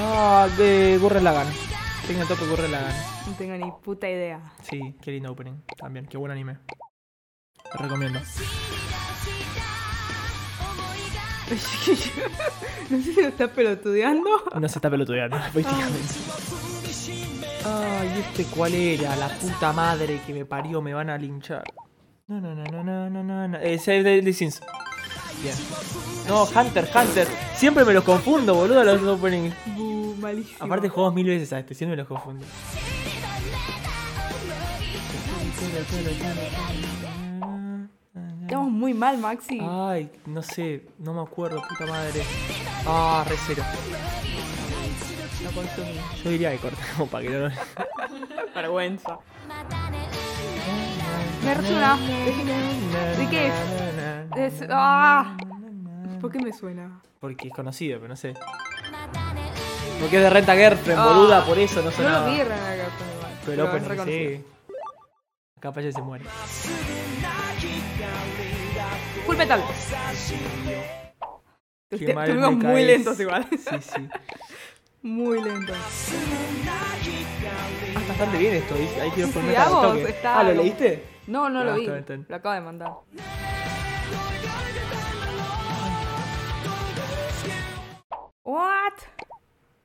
Speaker 1: Ah, de Gurren Lagan. Tengo el tope Gurren Lagan.
Speaker 2: No tengo ni puta idea. (laughs)
Speaker 1: Sí, qué lindo opening. También, qué buen anime. Lo recomiendo.
Speaker 2: no sé si lo está pelotudeando.
Speaker 1: No se está pelotudeando, prácticamente. Ah. Ay, ¿este cuál era? La puta madre que me parió, me van a linchar. No, no, no, no, no, no, no, no. Eh, Save the Listings. Bien. No, Hunter, Hunter. Siempre me los confundo, boludo, los openings.
Speaker 2: Bu, malísimo.
Speaker 1: Aparte juegos mil veces a este, siempre me los confundo.
Speaker 2: Estamos muy mal, Maxi.
Speaker 1: Ay, no sé, no me acuerdo, puta madre. Ah, re cero.
Speaker 2: Lo consumí.
Speaker 1: Yo diría que cortamos (laughs) para que no nos...
Speaker 2: Vergüenza. Mertuna. ¿De qué? Es... ¡Ah! ¿Por qué me suena?
Speaker 1: Porque es conocido, pero no sé. Porque es de Renta Girlfriend, boluda, por eso no
Speaker 2: No
Speaker 1: sonaba.
Speaker 2: lo vi en la cartón igual.
Speaker 1: Pero
Speaker 2: es
Speaker 1: opening,
Speaker 2: reconocido.
Speaker 1: sí. Capaz ya se muere.
Speaker 2: Full metal.
Speaker 1: Qué mal
Speaker 2: Estuvimos
Speaker 1: me
Speaker 2: muy
Speaker 1: caes.
Speaker 2: lentos igual.
Speaker 1: Sí, sí.
Speaker 2: (laughs) Muy lentos.
Speaker 1: Está bastante bien esto, dice. Ahí quiero poner
Speaker 2: Digamos,
Speaker 1: al toque.
Speaker 2: está
Speaker 1: Ah, ¿lo
Speaker 2: como-
Speaker 1: leíste?
Speaker 2: No, no
Speaker 1: Ah,
Speaker 2: lo vi.
Speaker 1: está bien, está bien.
Speaker 2: Lo acabo de mandar.
Speaker 1: (laughs)
Speaker 2: What?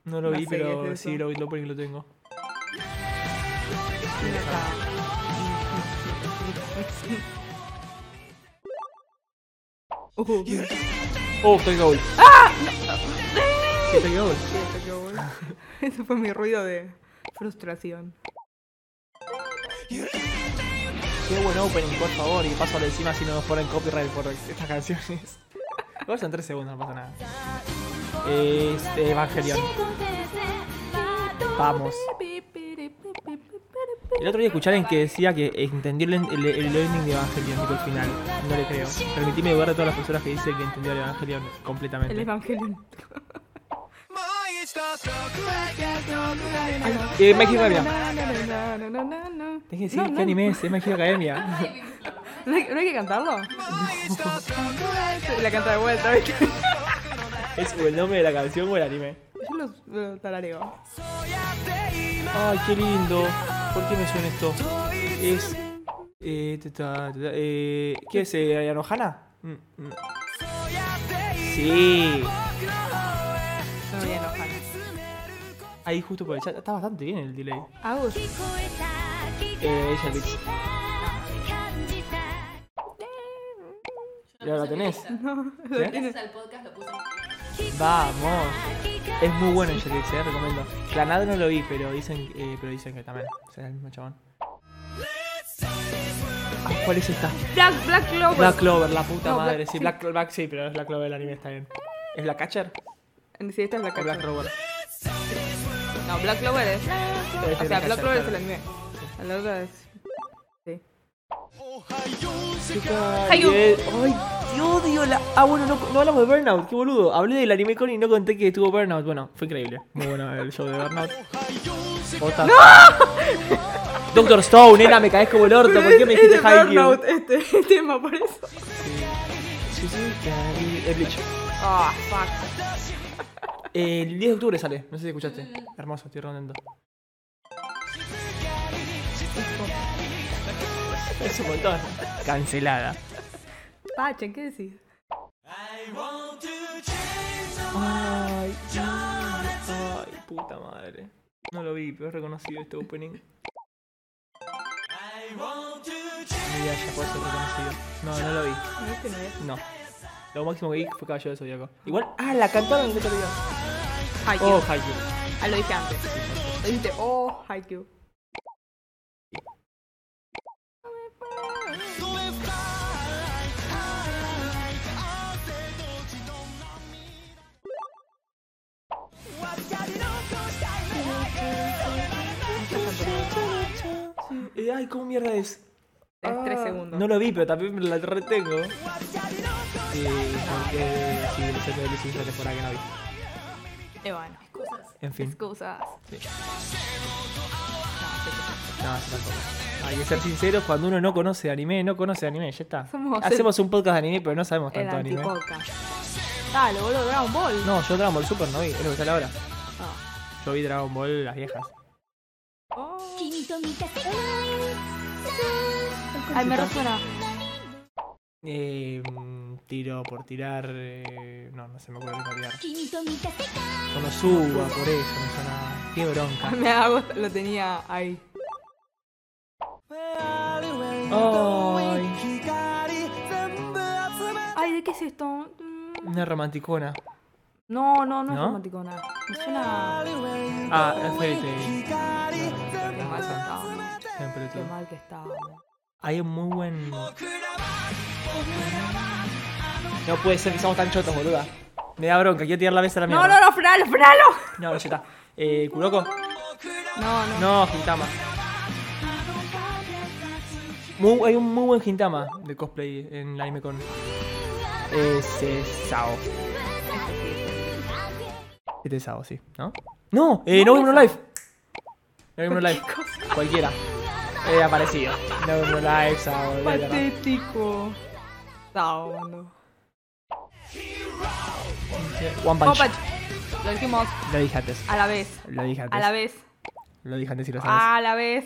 Speaker 1: No lo
Speaker 2: Una
Speaker 1: vi,
Speaker 2: serie es
Speaker 1: pero
Speaker 2: eso.
Speaker 1: sí, lo, lo, lo tengo.
Speaker 2: Mira acá. (laughs) Uh.
Speaker 1: Oh, estoy Gold.
Speaker 2: ¡Ah!
Speaker 1: Estoy Gold.
Speaker 2: (laughs) Ese fue mi ruido de frustración.
Speaker 1: Qué buen opening, por favor. Y paso por encima si no nos ponen copyright por estas canciones. (laughs) Igual son 3 segundos, no pasa nada. Este, Evangelion. Vamos. El otro día escuché a alguien que decía que entendió el, el, el ending de Evangelion, tipo el final. No le creo. Permitime dudar de todas las personas que dicen que entendió el Evangelion
Speaker 2: El
Speaker 1: completamente.
Speaker 2: Evangelion.
Speaker 1: Eh, My Hero Academia.
Speaker 2: No, no, no, no, no.
Speaker 1: Dejen de decir
Speaker 2: No,
Speaker 1: qué
Speaker 2: no.
Speaker 1: anime es, es My Hero
Speaker 2: (laughs)
Speaker 1: Academia.
Speaker 2: ¿No hay, no hay que cantarlo? La canta de vuelta, ¿viste?
Speaker 1: ¿Es o el nombre de la canción o el anime?
Speaker 2: Yo lo, lo tarareo.
Speaker 1: Ay, qué lindo. ¿Por qué me suena esto? Es. Eh, ta, ta, ta, ta, eh, ¿Qué es? Eh, ¿Anohana? Mm, mm. Sí.
Speaker 2: No me voy a enojar.
Speaker 1: Ahí justo por el chat. Está bastante bien el delay.
Speaker 2: Agus.
Speaker 1: Eh, ella elige. Ya la tenés. ¿Sí?
Speaker 11: Gracias al podcast lo puse.
Speaker 1: Vamos. Es muy bueno Angel Dix, eh, recomiendo. Clanado no lo vi, pero dicen, eh, pero dicen que también. Será el mismo chabón. Ah, ¿Cuál es esta?
Speaker 2: (laughs) Black, Black
Speaker 11: pues,
Speaker 2: Clover.
Speaker 1: Black Clover, la puta
Speaker 2: No,
Speaker 1: madre.
Speaker 2: Black-
Speaker 1: sí, Black Clover, sí, pero es Black Clover el anime, está bien. ¿Es Black Catcher?
Speaker 2: Sí, esta es Black
Speaker 1: O Black Clover.
Speaker 2: No, Black Clover es.
Speaker 1: Debe ser
Speaker 2: O sea,
Speaker 1: Black
Speaker 2: Black Clover es
Speaker 1: Clover.
Speaker 2: el anime. La otra es. Sí.
Speaker 1: Ay, eh, ay, qué odio la. Ah, bueno, no, no hablamos de Burnout, qué boludo. Hablé del anime con y no conté que tuvo Burnout. Bueno, fue increíble. Muy bueno el show de Burnout. Otra- (laughs) Doctor Stone, nena, me caes como el orto. ¿Por qué me
Speaker 2: Es de
Speaker 1: dijiste (laughs) Haikyuu?
Speaker 2: Burnout este (laughs) tema, por eso.
Speaker 1: Sí, sí, que- eh, Bleach.
Speaker 2: Ah, fuck.
Speaker 1: El 10 de octubre sale, no sé si escuchaste. Hermoso, estoy (laughs) rondando. Es un montón. Cancelada.
Speaker 2: Pachen, ¿qué decís?
Speaker 1: Ay, ay, puta madre. No lo vi, pero es reconocido este opening. Mi vida ya puede ser reconocido. No, no lo vi.
Speaker 2: No, este no es.
Speaker 1: No. Lo máximo que vi fue Caballero de Zodíaco. Igual, ah, la cantaron en el otro video.
Speaker 2: Haikyuu.
Speaker 1: Oh, Haikyuu.
Speaker 2: Ah, lo dije antes. Lo dijiste, oh, Haikyuu.
Speaker 1: Eh, ay, ¿cómo mierda es?
Speaker 2: Tenés tres segundos.
Speaker 1: Ah, No lo vi, pero también la retengo. Sí, porque sí, el set de Lucy es la temporada que no vi.
Speaker 2: Y bueno. Excusas.
Speaker 1: En fin.
Speaker 2: Excusas.
Speaker 1: Sí. No, es otra cosa. Hay que ser sinceros, cuando uno no conoce de anime, no conoce de anime, ya está.
Speaker 2: Somos
Speaker 1: Hacemos un podcast de anime, pero no sabemos
Speaker 2: El
Speaker 1: tanto de anime.
Speaker 2: antipodcast. Dale, boludo, Dragon Ball.
Speaker 1: No, yo Dragon Ball Super no vi, es lo que sale ahora.
Speaker 2: Ah.
Speaker 1: Yo vi Dragon Ball las viejas.
Speaker 2: Ay, me resuena.
Speaker 1: Eh, mm, tiro por tirar. eh, no, no se me ocurre por tirar. No suba, por eso, no suena. Qué bronca.
Speaker 2: (laughs) Me hago, lo tenía ahí.
Speaker 1: Ay,
Speaker 2: Ay, ¿de qué es esto?
Speaker 1: una romanticona.
Speaker 2: No, no, no,
Speaker 1: ¿No?
Speaker 2: es romántico, nada. Me suena.
Speaker 1: Ah, es Fairy Tail.
Speaker 2: Qué
Speaker 1: pues.
Speaker 2: mal que estaba.
Speaker 1: Siempre
Speaker 2: Qué
Speaker 1: tú.
Speaker 2: mal que estaba.
Speaker 1: Hay un muy buen. No puede ser que seamos tan chotos, boluda. Me da bronca, quiero tirar la vez a la
Speaker 2: No,
Speaker 1: mierda.
Speaker 2: no, no, frenalo, frenalo.
Speaker 1: No, ya está. Eh, ¿Kuroko?
Speaker 2: No, no.
Speaker 1: No, Gintama. Muy- hay un muy buen Gintama de cosplay en la AnimeCon. Ese es Sao. Este es Sao, sí, ¿no? No, eh, no, Game No Life. No Game No Life. Cualquiera. Eh, aparecido. No Game No Life, Sao. de verdad.
Speaker 2: Patético. Sao, no.
Speaker 1: One Punch.
Speaker 2: Opa, Lo dijimos
Speaker 1: Lo dije antes.
Speaker 2: a la vez.
Speaker 1: Lo dije antes.
Speaker 2: A la vez. Ah.
Speaker 1: Lo dije antes y lo sabes.
Speaker 2: A la vez.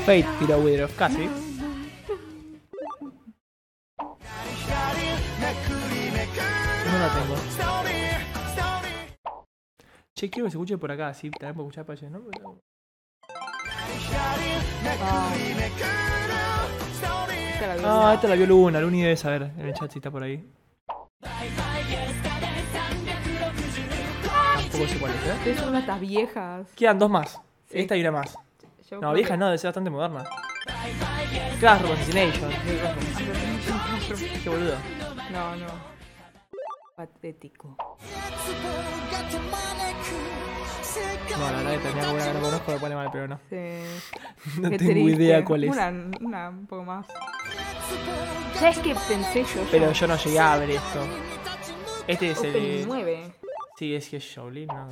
Speaker 1: Fate, Hero Wither of Casi. No la tengo. Che, quiero que se escuche por acá, sí, también puedo escuchar para allá, ¿no? Ah, esta la vio Luna, Luni debe saber en el chat si está por ahí. Ah, Tampoco sé cuál es, ¿eh?
Speaker 2: Ustedes son estas viejas.
Speaker 1: Quedan dos más. Esta y una más.
Speaker 2: Yo
Speaker 1: no,
Speaker 2: creo
Speaker 1: vieja
Speaker 2: que-
Speaker 1: no, debe ser bastante moderna. Classroom Assassination. Qué boludo.
Speaker 2: No, no. Patético.
Speaker 1: No, la verdad que tenía alguna que no conozco, lo pone mal, pero no. (laughs)
Speaker 2: Sí.
Speaker 1: No
Speaker 2: Qué
Speaker 1: tengo idea
Speaker 2: triste.
Speaker 1: cuál es.
Speaker 2: Una, una un poco más. ¿Sabes qué pensé yo?
Speaker 1: Pero yo no llegué a ver esto. Este es
Speaker 2: Open
Speaker 1: el.
Speaker 2: 9.
Speaker 1: Sí, es que es Shaolin, ¿no?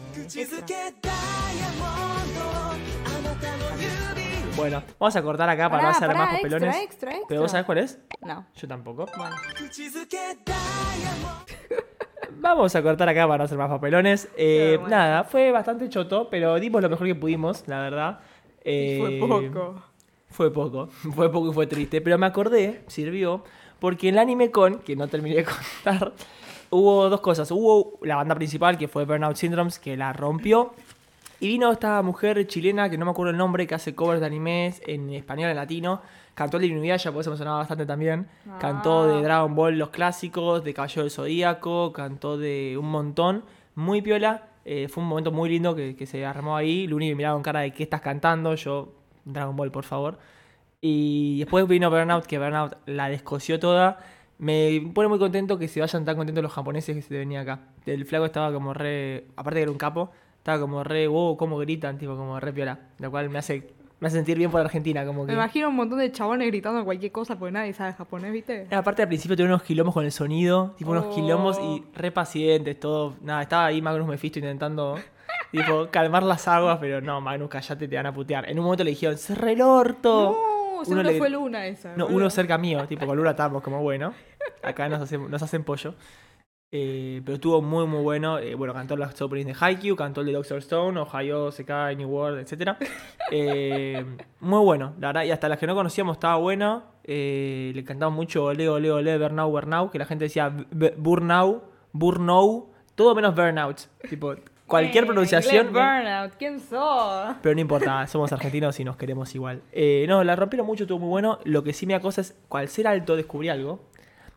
Speaker 1: Bueno, vamos a cortar acá para no
Speaker 2: Pará,
Speaker 1: hacer
Speaker 2: pará,
Speaker 1: más
Speaker 2: extra,
Speaker 1: papelones.
Speaker 2: extra,
Speaker 1: ¿Pero vos
Speaker 2: extra.
Speaker 1: sabés cuál es?
Speaker 2: No.
Speaker 1: Yo tampoco.
Speaker 2: Bueno.
Speaker 1: Vamos a cortar acá para no hacer más papelones. Eh,
Speaker 2: Pero bueno.
Speaker 1: Nada, fue bastante choto, pero dimos lo mejor que pudimos, la verdad. Eh,
Speaker 2: Fue poco.
Speaker 1: Fue poco, (laughs) fue poco y fue triste. Pero me acordé, sirvió, porque en el anime con, que no terminé de (laughs) contar, hubo dos cosas. Hubo la banda principal, que fue Burnout Syndromes, que la rompió. Y vino esta mujer chilena, que no me acuerdo el nombre, que hace covers de animes en español, en latino. Cantó el Inuyasha, por eso me sonaba bastante también. Cantó de Dragon Ball los clásicos, de Caballero del Zodíaco, cantó de un montón. Muy piola. Eh, fue un momento muy lindo que, que se armó ahí. Luni me miraba con cara de ¿qué estás cantando? Yo, Dragon Ball, por favor. Y después vino Burnout, que Burnout la descoció toda. Me pone muy contento que se vayan tan contentos los japoneses que se venía acá. El flaco estaba como re. Aparte que era un capo, estaba como re. Wow, cómo gritan, tipo, como re piola. Lo cual me hace, me hace sentir bien por Argentina, como
Speaker 2: Me
Speaker 1: que.
Speaker 2: imagino un montón de chabones gritando cualquier cosa porque nadie sabe japonés, ¿viste?
Speaker 1: Aparte al principio tuvieron unos quilombos con el sonido, tipo unos
Speaker 2: Oh.
Speaker 1: quilombos y re pacientes, todo. Nada, estaba ahí Magnus Mephisto intentando tipo calmar las aguas, pero no, Magnus, callate, te van a putear. En un momento le dijeron, ¡se re el orto!
Speaker 2: No, siempre
Speaker 1: le-
Speaker 2: fue Luna esa.
Speaker 1: No,
Speaker 2: boludo.
Speaker 1: uno cerca mío, tipo con Lula estamos como bueno. Acá nos hacen, nos hacen pollo. Eh, pero estuvo muy, muy bueno. Eh, bueno, cantó los openings de Haikyuu, cantó el de Doctor Stone, Ohio, Sekai, New World, etc. Eh, muy bueno, la verdad. Y hasta las que no conocíamos estaba buena. Eh, le cantaba mucho Ole, Ole, Ole, Burnout, Burnout, que la gente decía b- b- Burnout, Burnout, todo menos Burnout. Tipo, cualquier
Speaker 2: Eh,
Speaker 1: pronunciación.
Speaker 2: Glenn Burnout, ¿quién sos?
Speaker 1: Pero no importa, somos argentinos y nos queremos igual. Eh, no, la rompieron mucho, estuvo muy bueno. Lo que sí me acosa es, al ser alto, descubrí algo.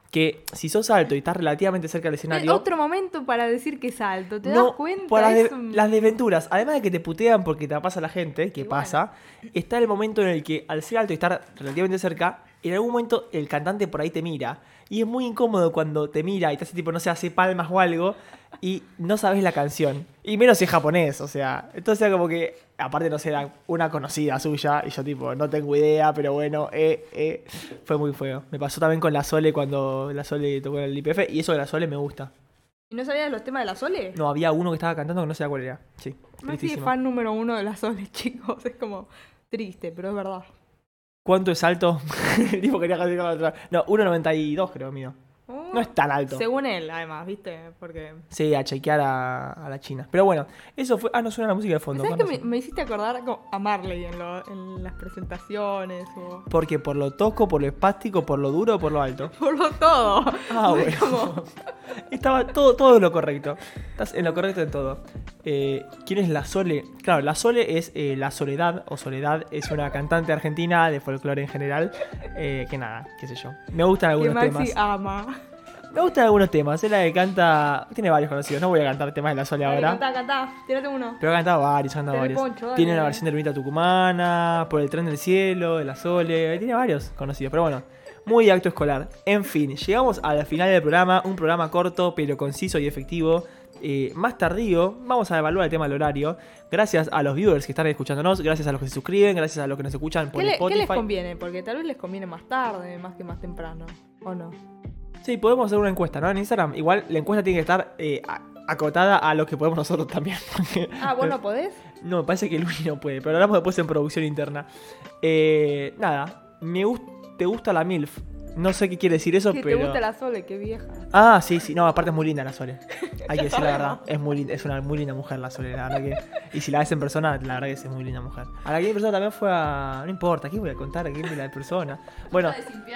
Speaker 1: Que si sos alto y estás relativamente cerca del escenario...
Speaker 2: Otro momento para decir que salto, ¿te das cuenta?
Speaker 1: por las, de-
Speaker 2: Es un-
Speaker 1: las desventuras. Además de que te putean porque te la pasa la gente, que pasa, está el momento en el que al ser alto y estar relativamente cerca, en algún momento el cantante por ahí te mira. Y es muy incómodo cuando te mira y te hace tipo, no sé, hace palmas o algo y no sabes la canción. Y menos si es japonés, o sea. Entonces era como que, aparte no sé, era una conocida suya y yo tipo, no tengo idea, pero bueno, eh, eh. Fue muy feo. Me pasó también con la Sole cuando la Sole tocó en el IPF y eso de la Sole me gusta.
Speaker 2: ¿Y no sabías los temas de la Sole?
Speaker 1: No, había uno que estaba cantando que no sé cuál era. Sí.
Speaker 2: No soy
Speaker 1: tristísimo.
Speaker 2: fan número uno de la Sole, (laughs) chicos. Es como triste, pero es verdad.
Speaker 1: ¿Cuánto es alto? (laughs) El tipo quería casi con la otra. No, 1.92 creo, mío.
Speaker 2: Oh.
Speaker 1: No es tan alto.
Speaker 2: Según él, además, ¿viste? Porque.
Speaker 1: Sí, a chequear a, a la China. Pero bueno, eso fue. Ah, no suena la música de fondo.
Speaker 2: ¿Sabes
Speaker 1: con
Speaker 2: que me,
Speaker 1: razón.
Speaker 2: me hiciste acordar como a Marley en, lo- en las presentaciones o. (laughs)
Speaker 1: Porque por lo tosco, por lo espástico, por lo duro, por lo alto.
Speaker 2: Por lo todo. (laughs)
Speaker 1: Ah,
Speaker 2: Es
Speaker 1: bueno.
Speaker 2: como-
Speaker 1: (laughs) Estaba todo, todo lo correcto. Estás en lo correcto en todo. Eh, ¿Quién es La Sole? Claro, La Sole es eh, La Soledad, o Soledad es una cantante argentina de folclore en general. eh, que nada, qué sé yo. Me gustan
Speaker 2: que
Speaker 1: algunos
Speaker 2: Maxi ah.
Speaker 1: temas.
Speaker 2: ama.
Speaker 1: Me gustan algunos temas. Es la que canta. Tiene varios conocidos. No voy a cantar temas de la Sole
Speaker 2: Dale,
Speaker 1: ahora.
Speaker 2: cantá, cantá. Tírate uno.
Speaker 1: Pero ha cantado varios, ha cantado
Speaker 2: Dale,
Speaker 1: varios.
Speaker 2: Poncho, dale,
Speaker 1: tiene la
Speaker 2: dale.
Speaker 1: versión de Ermita Tucumana, Por el tren del cielo, de la Sole. Tiene varios conocidos, pero bueno. Muy acto escolar. En fin, llegamos al final del programa. Un programa corto, pero conciso y efectivo. Eh, más tardío, vamos a evaluar el tema del horario. Gracias a los viewers que están escuchándonos, gracias a los que se suscriben, gracias a los que nos escuchan por
Speaker 2: ¿Qué, le- qué
Speaker 1: Spotify.
Speaker 2: les conviene? Porque tal vez les conviene más tarde, más que más temprano. ¿O no?
Speaker 1: Sí, podemos hacer una encuesta, ¿no? En Instagram. Igual la encuesta tiene que estar eh, a- acotada a lo que podemos nosotros también. (laughs) porque-
Speaker 2: Ah, ¿vos no podés?
Speaker 1: No, me parece que Luni no puede, pero hablamos después en producción interna. Eh, nada, me gust- te gusta la MILF. No sé qué quiere decir eso,
Speaker 2: que
Speaker 1: pero.
Speaker 2: te gusta la Sole, qué vieja.
Speaker 1: Ah, sí, sí. No, aparte es muy linda la Sole.
Speaker 2: (laughs)
Speaker 1: Hay que decir la verdad. Es, muy linda, es una muy linda mujer la Sole, la verdad que. Y si la ves en persona, la verdad que es muy linda mujer. A la que en persona también fue a. No importa, aquí voy a contar, aquí voy a la persona. Bueno.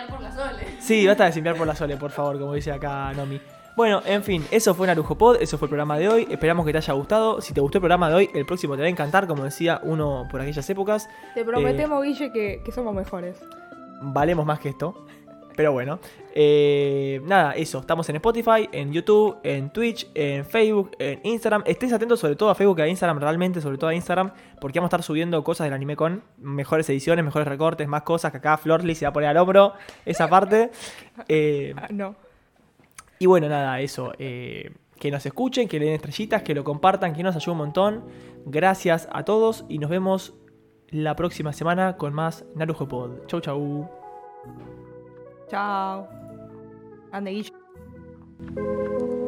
Speaker 8: por la sole.
Speaker 1: Sí, basta de simpiar por la Sole, por favor, como dice acá Nomi. Bueno, en fin, eso fue Narujo Pod, eso fue el programa de hoy. Esperamos que te haya gustado. Si te gustó el programa de hoy, el próximo te va a encantar, como decía uno por aquellas épocas.
Speaker 2: Te prometemos, Guille, que, que somos mejores.
Speaker 1: valemos más que esto. Pero bueno, eh, nada, eso. Estamos en Spotify, en YouTube, en Twitch, en Facebook, en Instagram. Estés atentos sobre todo a Facebook y a Instagram, realmente, sobre todo a Instagram, porque vamos a estar subiendo cosas del anime con mejores ediciones, mejores recortes, más cosas que acá Florly se va a poner al hombro. Esa parte. Eh,
Speaker 2: no.
Speaker 1: y bueno, nada, eso. eh, que nos escuchen, que le den estrellitas, que lo compartan, que nos ayude un montón. Gracias a todos y nos vemos la próxima semana con más Narujo Pod. Chau, chau.
Speaker 2: Chao. Ande, Guille.